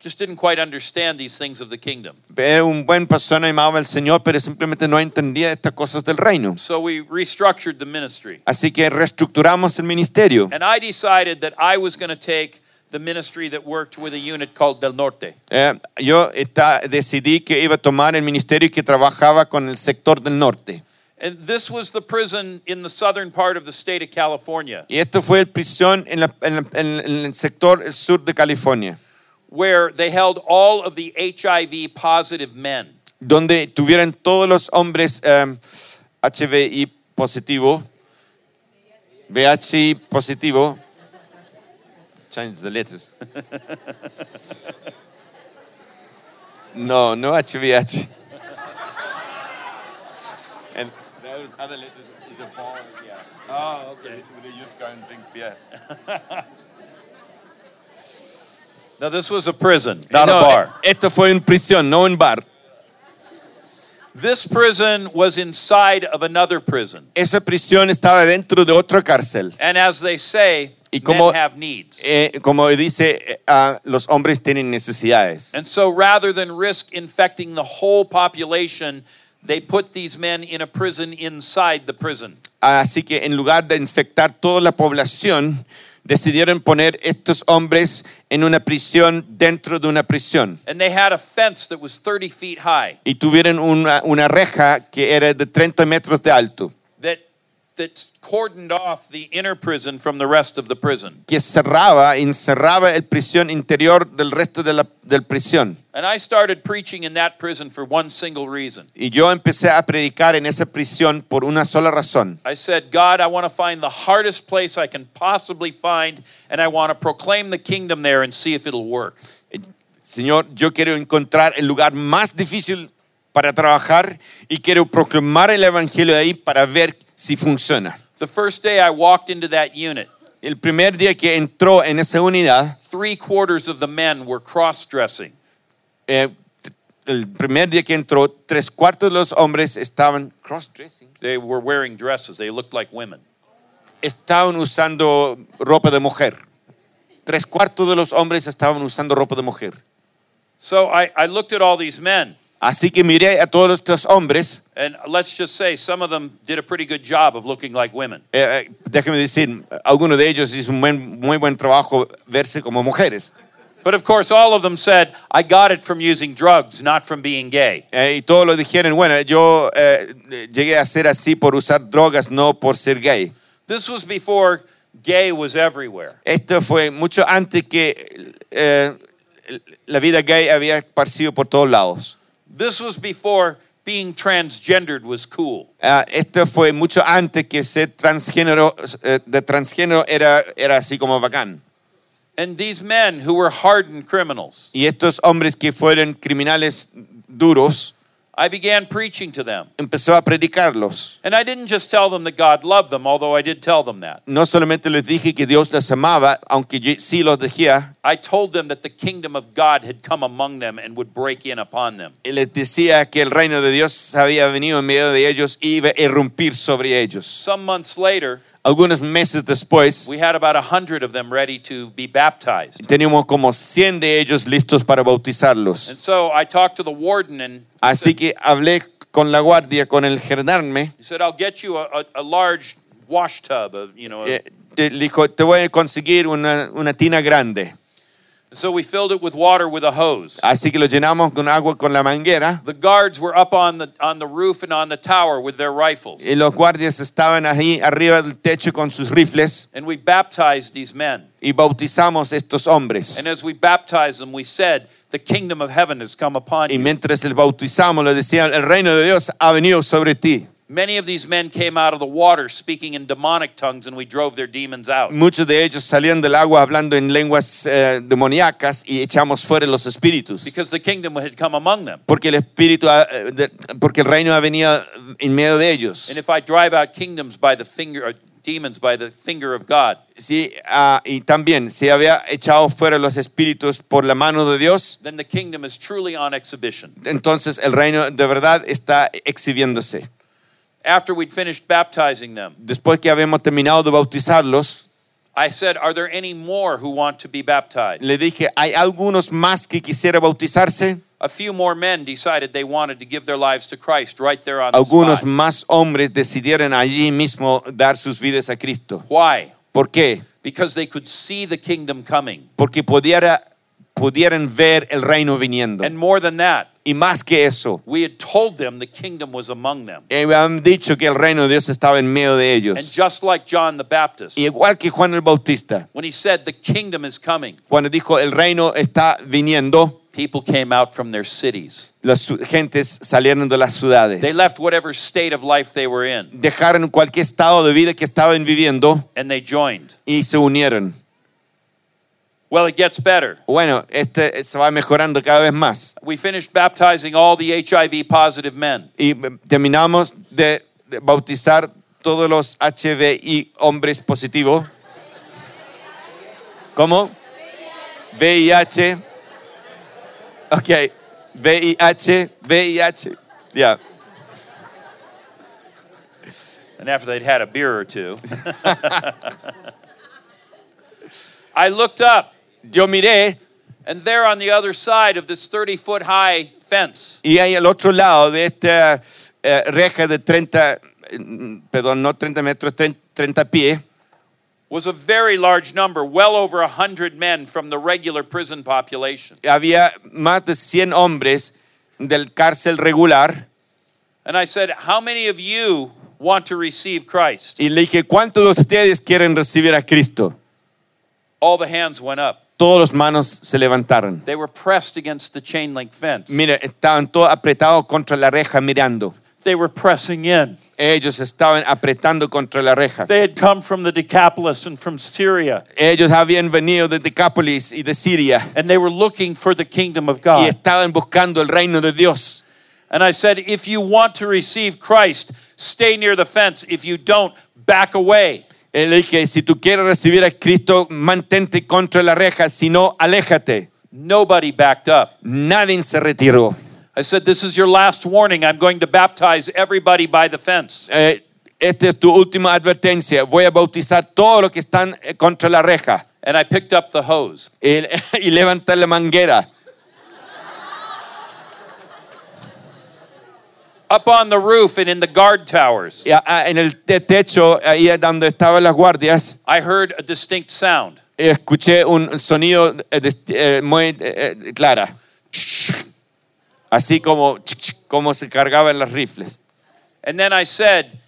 [SPEAKER 1] just didn't quite understand these things of the kingdom.
[SPEAKER 2] Era un buen persona, amaba al Señor, pero simplemente no entendía estas cosas del reino.
[SPEAKER 1] So we restructured the ministry.
[SPEAKER 2] Así que reestructuramos el ministerio.
[SPEAKER 1] And I decided that I was going to take the ministry that worked with a unit called Del Norte.
[SPEAKER 2] Eh, yo esta- decidí que iba a tomar el ministerio que trabajaba con el sector del norte.
[SPEAKER 1] And this was the prison in the southern part of the state of California
[SPEAKER 2] Y esto fue el prisión en, la- en la- en- en el sector sur de California.
[SPEAKER 1] where they held all of the HIV positive men.
[SPEAKER 2] donde tuvieran todos los hombres em, HBI positivo, VHI positivo. Change the letters. No, no HVH. And those other letters is a ball, yeah.
[SPEAKER 1] Oh,
[SPEAKER 2] With the youth go and drink beer.
[SPEAKER 1] Now, this was a prison, not
[SPEAKER 2] No,
[SPEAKER 1] a bar.
[SPEAKER 2] e- Esto fue en prisión, no en bar.
[SPEAKER 1] This prison was inside of another prison.
[SPEAKER 2] Esa prisión estaba dentro de otra cárcel.
[SPEAKER 1] And as they say,
[SPEAKER 2] Y como-
[SPEAKER 1] men have needs.
[SPEAKER 2] Eh, como dice, eh, ah, los hombres tienen necesidades.
[SPEAKER 1] And so rather than risk infecting the whole population, they put these men in a prison inside the prison.
[SPEAKER 2] Así que en lugar de infectar toda la población, decidieron poner estos hombres en una prisión dentro de una prisión.
[SPEAKER 1] And they had a fence that was 30 feet high
[SPEAKER 2] Y tuvieron una, una reja que era de 30 metros de alto.
[SPEAKER 1] that that cordoned off the inner prison from the rest of the prison.
[SPEAKER 2] que cerraba, encerraba el prisión interior del resto de la del prisión.
[SPEAKER 1] And I started preaching in that prison for one single reason.
[SPEAKER 2] Y yo empecé a predicar en esa prisión por una sola razón.
[SPEAKER 1] I said, God, I want to find the hardest place I can possibly find, and I want to proclaim the kingdom there and see if it'll work.
[SPEAKER 2] Señor, yo quiero encontrar el lugar más difícil para trabajar y quiero proclamar el evangelio ahí para ver si funciona.
[SPEAKER 1] The first day I walked into that unit,
[SPEAKER 2] El primer día que entró en esa unidad,
[SPEAKER 1] three quarters of the men were cross dressing.
[SPEAKER 2] eh, t- el primer día que entró, tres cuartos de los hombres estaban cross-dressing.
[SPEAKER 1] They were wearing dresses, they looked like women.
[SPEAKER 2] estaban usando ropa de mujer. Tres cuartos de los hombres estaban usando ropa de mujer.
[SPEAKER 1] So I, I looked at all these men,
[SPEAKER 2] Así que miré a todos estos hombres.
[SPEAKER 1] and let's just say some of them did a pretty good job of looking like women.
[SPEAKER 2] eh, eh, déjeme decir, alguno de ellos hizo un buen- muy buen trabajo verse como mujeres.
[SPEAKER 1] But of course, all of them said, I got it from using drugs, not from being gay.
[SPEAKER 2] Eh, y todos lo dijeron, bueno, yo eh, llegué a ser así por usar drogas, no por ser gay.
[SPEAKER 1] This was before gay was everywhere.
[SPEAKER 2] Esto fue mucho antes que eh, la vida gay había esparcido por todos lados.
[SPEAKER 1] This was before being transgendered was cool.
[SPEAKER 2] Ah, esto fue mucho antes que ser transgénero, eh, de transgénero era, era así como bacán.
[SPEAKER 1] And these men who were hardened criminals,
[SPEAKER 2] Y estos hombres que fueron criminales duros,
[SPEAKER 1] I began preaching to them.
[SPEAKER 2] empezó a predicarlos.
[SPEAKER 1] And I didn't just tell them that God loved them, although I did tell them that.
[SPEAKER 2] No solamente les dije que Dios los amaba, aunque yo sí los decía,
[SPEAKER 1] I told them that the kingdom of God had come among them and would break in upon them.
[SPEAKER 2] y les decía que el reino de Dios había venido en medio de ellos y iba a irrumpir sobre ellos.
[SPEAKER 1] Some months later,
[SPEAKER 2] Algunos meses después,
[SPEAKER 1] we had about a hundred of them ready to be baptized.
[SPEAKER 2] teníamos como 100 de ellos listos para
[SPEAKER 1] And
[SPEAKER 2] bautizarlos.
[SPEAKER 1] so I talked to the warden and
[SPEAKER 2] Así que hablé con la guardia, con el gendarme,
[SPEAKER 1] he said, I'll get you a, a, a large wash tub. Of, you know, a-"
[SPEAKER 2] Eh, te- le dijo, te voy a conseguir una, una tina grande.
[SPEAKER 1] So we filled it with water with a hose.
[SPEAKER 2] Así que lo llenamos con agua con la manguera
[SPEAKER 1] The guards were up on the on the roof and on the tower with their rifles,
[SPEAKER 2] y los guardias estaban ahí arriba del techo con sus rifles
[SPEAKER 1] and we baptized these men.
[SPEAKER 2] y bautizamos estos hombres.
[SPEAKER 1] And as we baptized them, we said, "The kingdom of heaven has come upon
[SPEAKER 2] Y
[SPEAKER 1] you."
[SPEAKER 2] mientras los bautizamos, le decían, el reino de Dios ha venido sobre ti.
[SPEAKER 1] Many of these men came out of the water speaking in demonic tongues, and we drove their demons out.
[SPEAKER 2] Muchos de ellos salían del agua hablando en lenguas eh, demoníacas y echamos fuera los espíritus.
[SPEAKER 1] Because the kingdom had come among them.
[SPEAKER 2] Porque el espíritu, ha- eh, de- porque el reino ha venido en medio de ellos.
[SPEAKER 1] And if I drive out kingdoms by the finger, or demons by the finger of God,
[SPEAKER 2] Sí, ah, y también se había echado fuera los espíritus por la mano de Dios,
[SPEAKER 1] then the kingdom is truly on exhibition.
[SPEAKER 2] entonces el reino de verdad está exhibiéndose.
[SPEAKER 1] After we'd finished baptizing them,
[SPEAKER 2] Después que habíamos terminado de bautizarlos,
[SPEAKER 1] I said, Are there any more who want to be baptized?
[SPEAKER 2] le dije, ¿hay algunos más que quisiera bautizarse?
[SPEAKER 1] A few more men decided they wanted to give their lives to Christ right there on the
[SPEAKER 2] Algunos
[SPEAKER 1] spot.
[SPEAKER 2] más hombres decidieron allí mismo dar sus vidas a Cristo.
[SPEAKER 1] Why?
[SPEAKER 2] ¿Por qué?
[SPEAKER 1] Because they could see the kingdom coming.
[SPEAKER 2] Porque pudiera, pudieran ver el reino viniendo.
[SPEAKER 1] And more than that,
[SPEAKER 2] Y más que eso,
[SPEAKER 1] we had told them the kingdom was among them.
[SPEAKER 2] eh, han dicho que el reino de Dios estaba en medio de
[SPEAKER 1] And
[SPEAKER 2] ellos.
[SPEAKER 1] just like John the Baptist,
[SPEAKER 2] Igual que Juan el Bautista.
[SPEAKER 1] when he said, The kingdom is coming,
[SPEAKER 2] cuando dijo el reino está viniendo,
[SPEAKER 1] people came out from their cities.
[SPEAKER 2] las su- gentes salieron de las ciudades.
[SPEAKER 1] They left whatever state of life they were in
[SPEAKER 2] Dejaron cualquier estado de vida que estaban viviendo
[SPEAKER 1] and they joined.
[SPEAKER 2] y se unieron.
[SPEAKER 1] Well, it gets better.
[SPEAKER 2] Bueno, este se va mejorando cada vez más.
[SPEAKER 1] We finished baptizing all the HIV positive men.
[SPEAKER 2] Y eh, terminamos de, de bautizar todos los HVI hombres positivos. ¿Cómo? VIH. Ok. VIH, VIH. Ya.
[SPEAKER 1] And after they'd had a beer or two, I looked up,
[SPEAKER 2] Yo miré
[SPEAKER 1] and there on the other side of this 30 foot high fence
[SPEAKER 2] Y ahí al otro lado de esta eh, reja de 30, mm, perdón, no 30 metros, 30, 30 pies,
[SPEAKER 1] was a very large number, well over 100 men from the regular prison population.
[SPEAKER 2] había más de 100 hombres del cárcel regular.
[SPEAKER 1] And I said, How many of you want to receive Christ?
[SPEAKER 2] Y le dije, ¿cuántos de ustedes quieren recibir a Cristo?
[SPEAKER 1] All the hands went up.
[SPEAKER 2] Todos los manos se levantaron.
[SPEAKER 1] They were pressed against the chain link fence.
[SPEAKER 2] Mira, estaban todos apretados contra la reja mirando.
[SPEAKER 1] They were pressing in.
[SPEAKER 2] Ellos estaban apretando contra la reja.
[SPEAKER 1] They had come from the Decapolis and from Syria,
[SPEAKER 2] Ellos habían venido de Decápolis y de Siria
[SPEAKER 1] and they were looking for the kingdom of
[SPEAKER 2] y
[SPEAKER 1] God.
[SPEAKER 2] estaban buscando el reino de Dios.
[SPEAKER 1] And I said, if you want to receive Christ, stay near the fence. If you don't, back away.
[SPEAKER 2] Eh, Le dije, si tú quieres recibir a Cristo, mantente contra la reja, si no, aléjate.
[SPEAKER 1] Nobody backed up.
[SPEAKER 2] Nadie se retiró.
[SPEAKER 1] I said, This is your last warning. I'm going to baptize everybody by the fence.
[SPEAKER 2] Eh, esta es tu última advertencia. Voy a bautizar todos los que están eh, contra la reja.
[SPEAKER 1] And I picked up the hose.
[SPEAKER 2] El- y levanta la manguera.
[SPEAKER 1] Up on the roof and in the guard towers,
[SPEAKER 2] Y a- a- en el te- techo, ahí es donde estaban las guardias,
[SPEAKER 1] I heard a distinct sound.
[SPEAKER 2] escuché un sonido eh, dest- eh, muy eh, eh, clara. Así como, como se cargaban los rifles.
[SPEAKER 1] And then I said,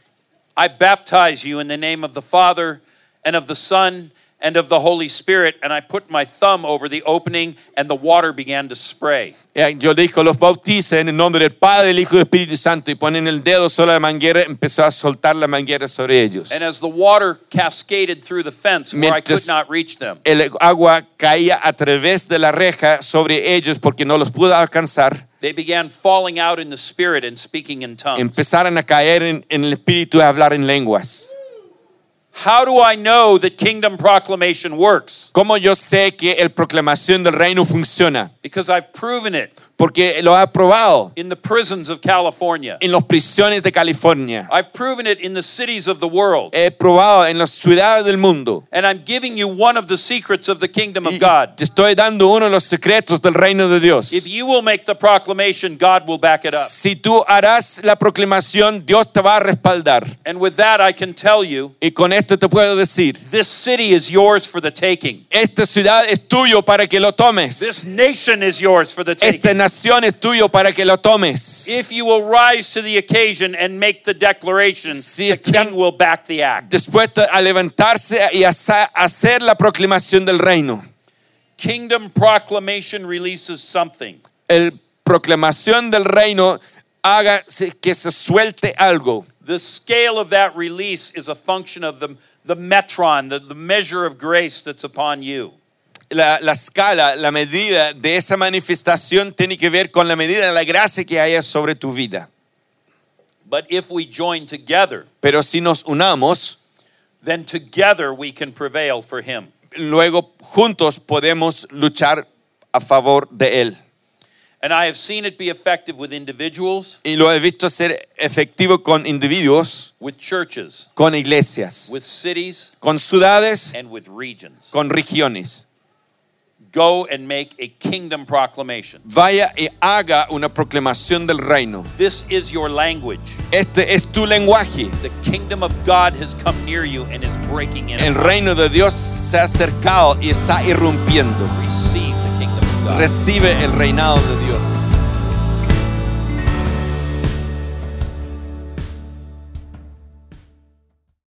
[SPEAKER 1] I baptize you in the name of the Father and of the Son and of the Holy Spirit. And I put my thumb over the opening, and the water began to spray.
[SPEAKER 2] Eh, Yo dijo, los bautiza en el nombre del Padre, el Hijo y del Espíritu Santo. Y ponen el dedo sobre la manguera, empezó a soltar la manguera sobre ellos.
[SPEAKER 1] And as the water cascaded through the fence where I could
[SPEAKER 2] Mientras-
[SPEAKER 1] not reach them,
[SPEAKER 2] El agua caía a través de la reja sobre ellos porque no los pudo alcanzar.
[SPEAKER 1] they began falling out in the Spirit and speaking in tongues.
[SPEAKER 2] Empezaron a caer en, en el espíritu y a hablar en lenguas.
[SPEAKER 1] How do I know that kingdom proclamation works?
[SPEAKER 2] ¿Cómo yo sé que el proclamación del reino funciona?
[SPEAKER 1] Because I've proven it
[SPEAKER 2] Porque lo ha probado
[SPEAKER 1] in the prisons of California.
[SPEAKER 2] en las prisiones de California.
[SPEAKER 1] I've proven it in the cities of the world.
[SPEAKER 2] He probado en las ciudades del mundo.
[SPEAKER 1] And I'm giving you one of the secrets of the kingdom
[SPEAKER 2] Y-
[SPEAKER 1] of
[SPEAKER 2] y
[SPEAKER 1] God.
[SPEAKER 2] te estoy dando uno de los secretos del reino de Dios.
[SPEAKER 1] If you will make the proclamation, God will back it up.
[SPEAKER 2] Si tú harás la proclamación, Dios te va a respaldar.
[SPEAKER 1] And with that, I can tell you
[SPEAKER 2] Y con esto te puedo decir,
[SPEAKER 1] this city is yours for the taking,
[SPEAKER 2] esta ciudad es tuyo para que lo tomes.
[SPEAKER 1] this nation is yours for the
[SPEAKER 2] Esta
[SPEAKER 1] taking.
[SPEAKER 2] nación es tuyo para que lo tomes.
[SPEAKER 1] If you will rise to the occasion and make the declaration,
[SPEAKER 2] Si
[SPEAKER 1] the
[SPEAKER 2] están-
[SPEAKER 1] king will back the act.
[SPEAKER 2] Dispuesto a levantarse y a sa- hacer la proclamación del reino.
[SPEAKER 1] Kingdom proclamation releases something.
[SPEAKER 2] El proclamación del reino haga se- que se suelte algo.
[SPEAKER 1] The scale of that release is a function of the, the metron, the, the measure of grace that's upon you.
[SPEAKER 2] La, la escala, la medida de esa manifestación tiene que ver con la medida de la gracia que haya sobre tu vida.
[SPEAKER 1] But if we join together,
[SPEAKER 2] Pero si nos unamos,
[SPEAKER 1] then together we can prevail for him.
[SPEAKER 2] luego juntos podemos luchar a favor de Él.
[SPEAKER 1] And I have seen it be effective with individuals,
[SPEAKER 2] Y lo he visto ser efectivo con individuos,
[SPEAKER 1] with churches,
[SPEAKER 2] con iglesias,
[SPEAKER 1] with cities,
[SPEAKER 2] con ciudades
[SPEAKER 1] and with regions.
[SPEAKER 2] con regiones.
[SPEAKER 1] Go and make a kingdom proclamation.
[SPEAKER 2] Vaya y haga una proclamación del reino.
[SPEAKER 1] This is your language.
[SPEAKER 2] Este es tu lenguaje.
[SPEAKER 1] The kingdom of God has come near you and is breaking in.
[SPEAKER 2] El reino de Dios se ha acercado y está irrumpiendo.
[SPEAKER 1] Receive the kingdom of God.
[SPEAKER 2] Recibe el reinado de Dios.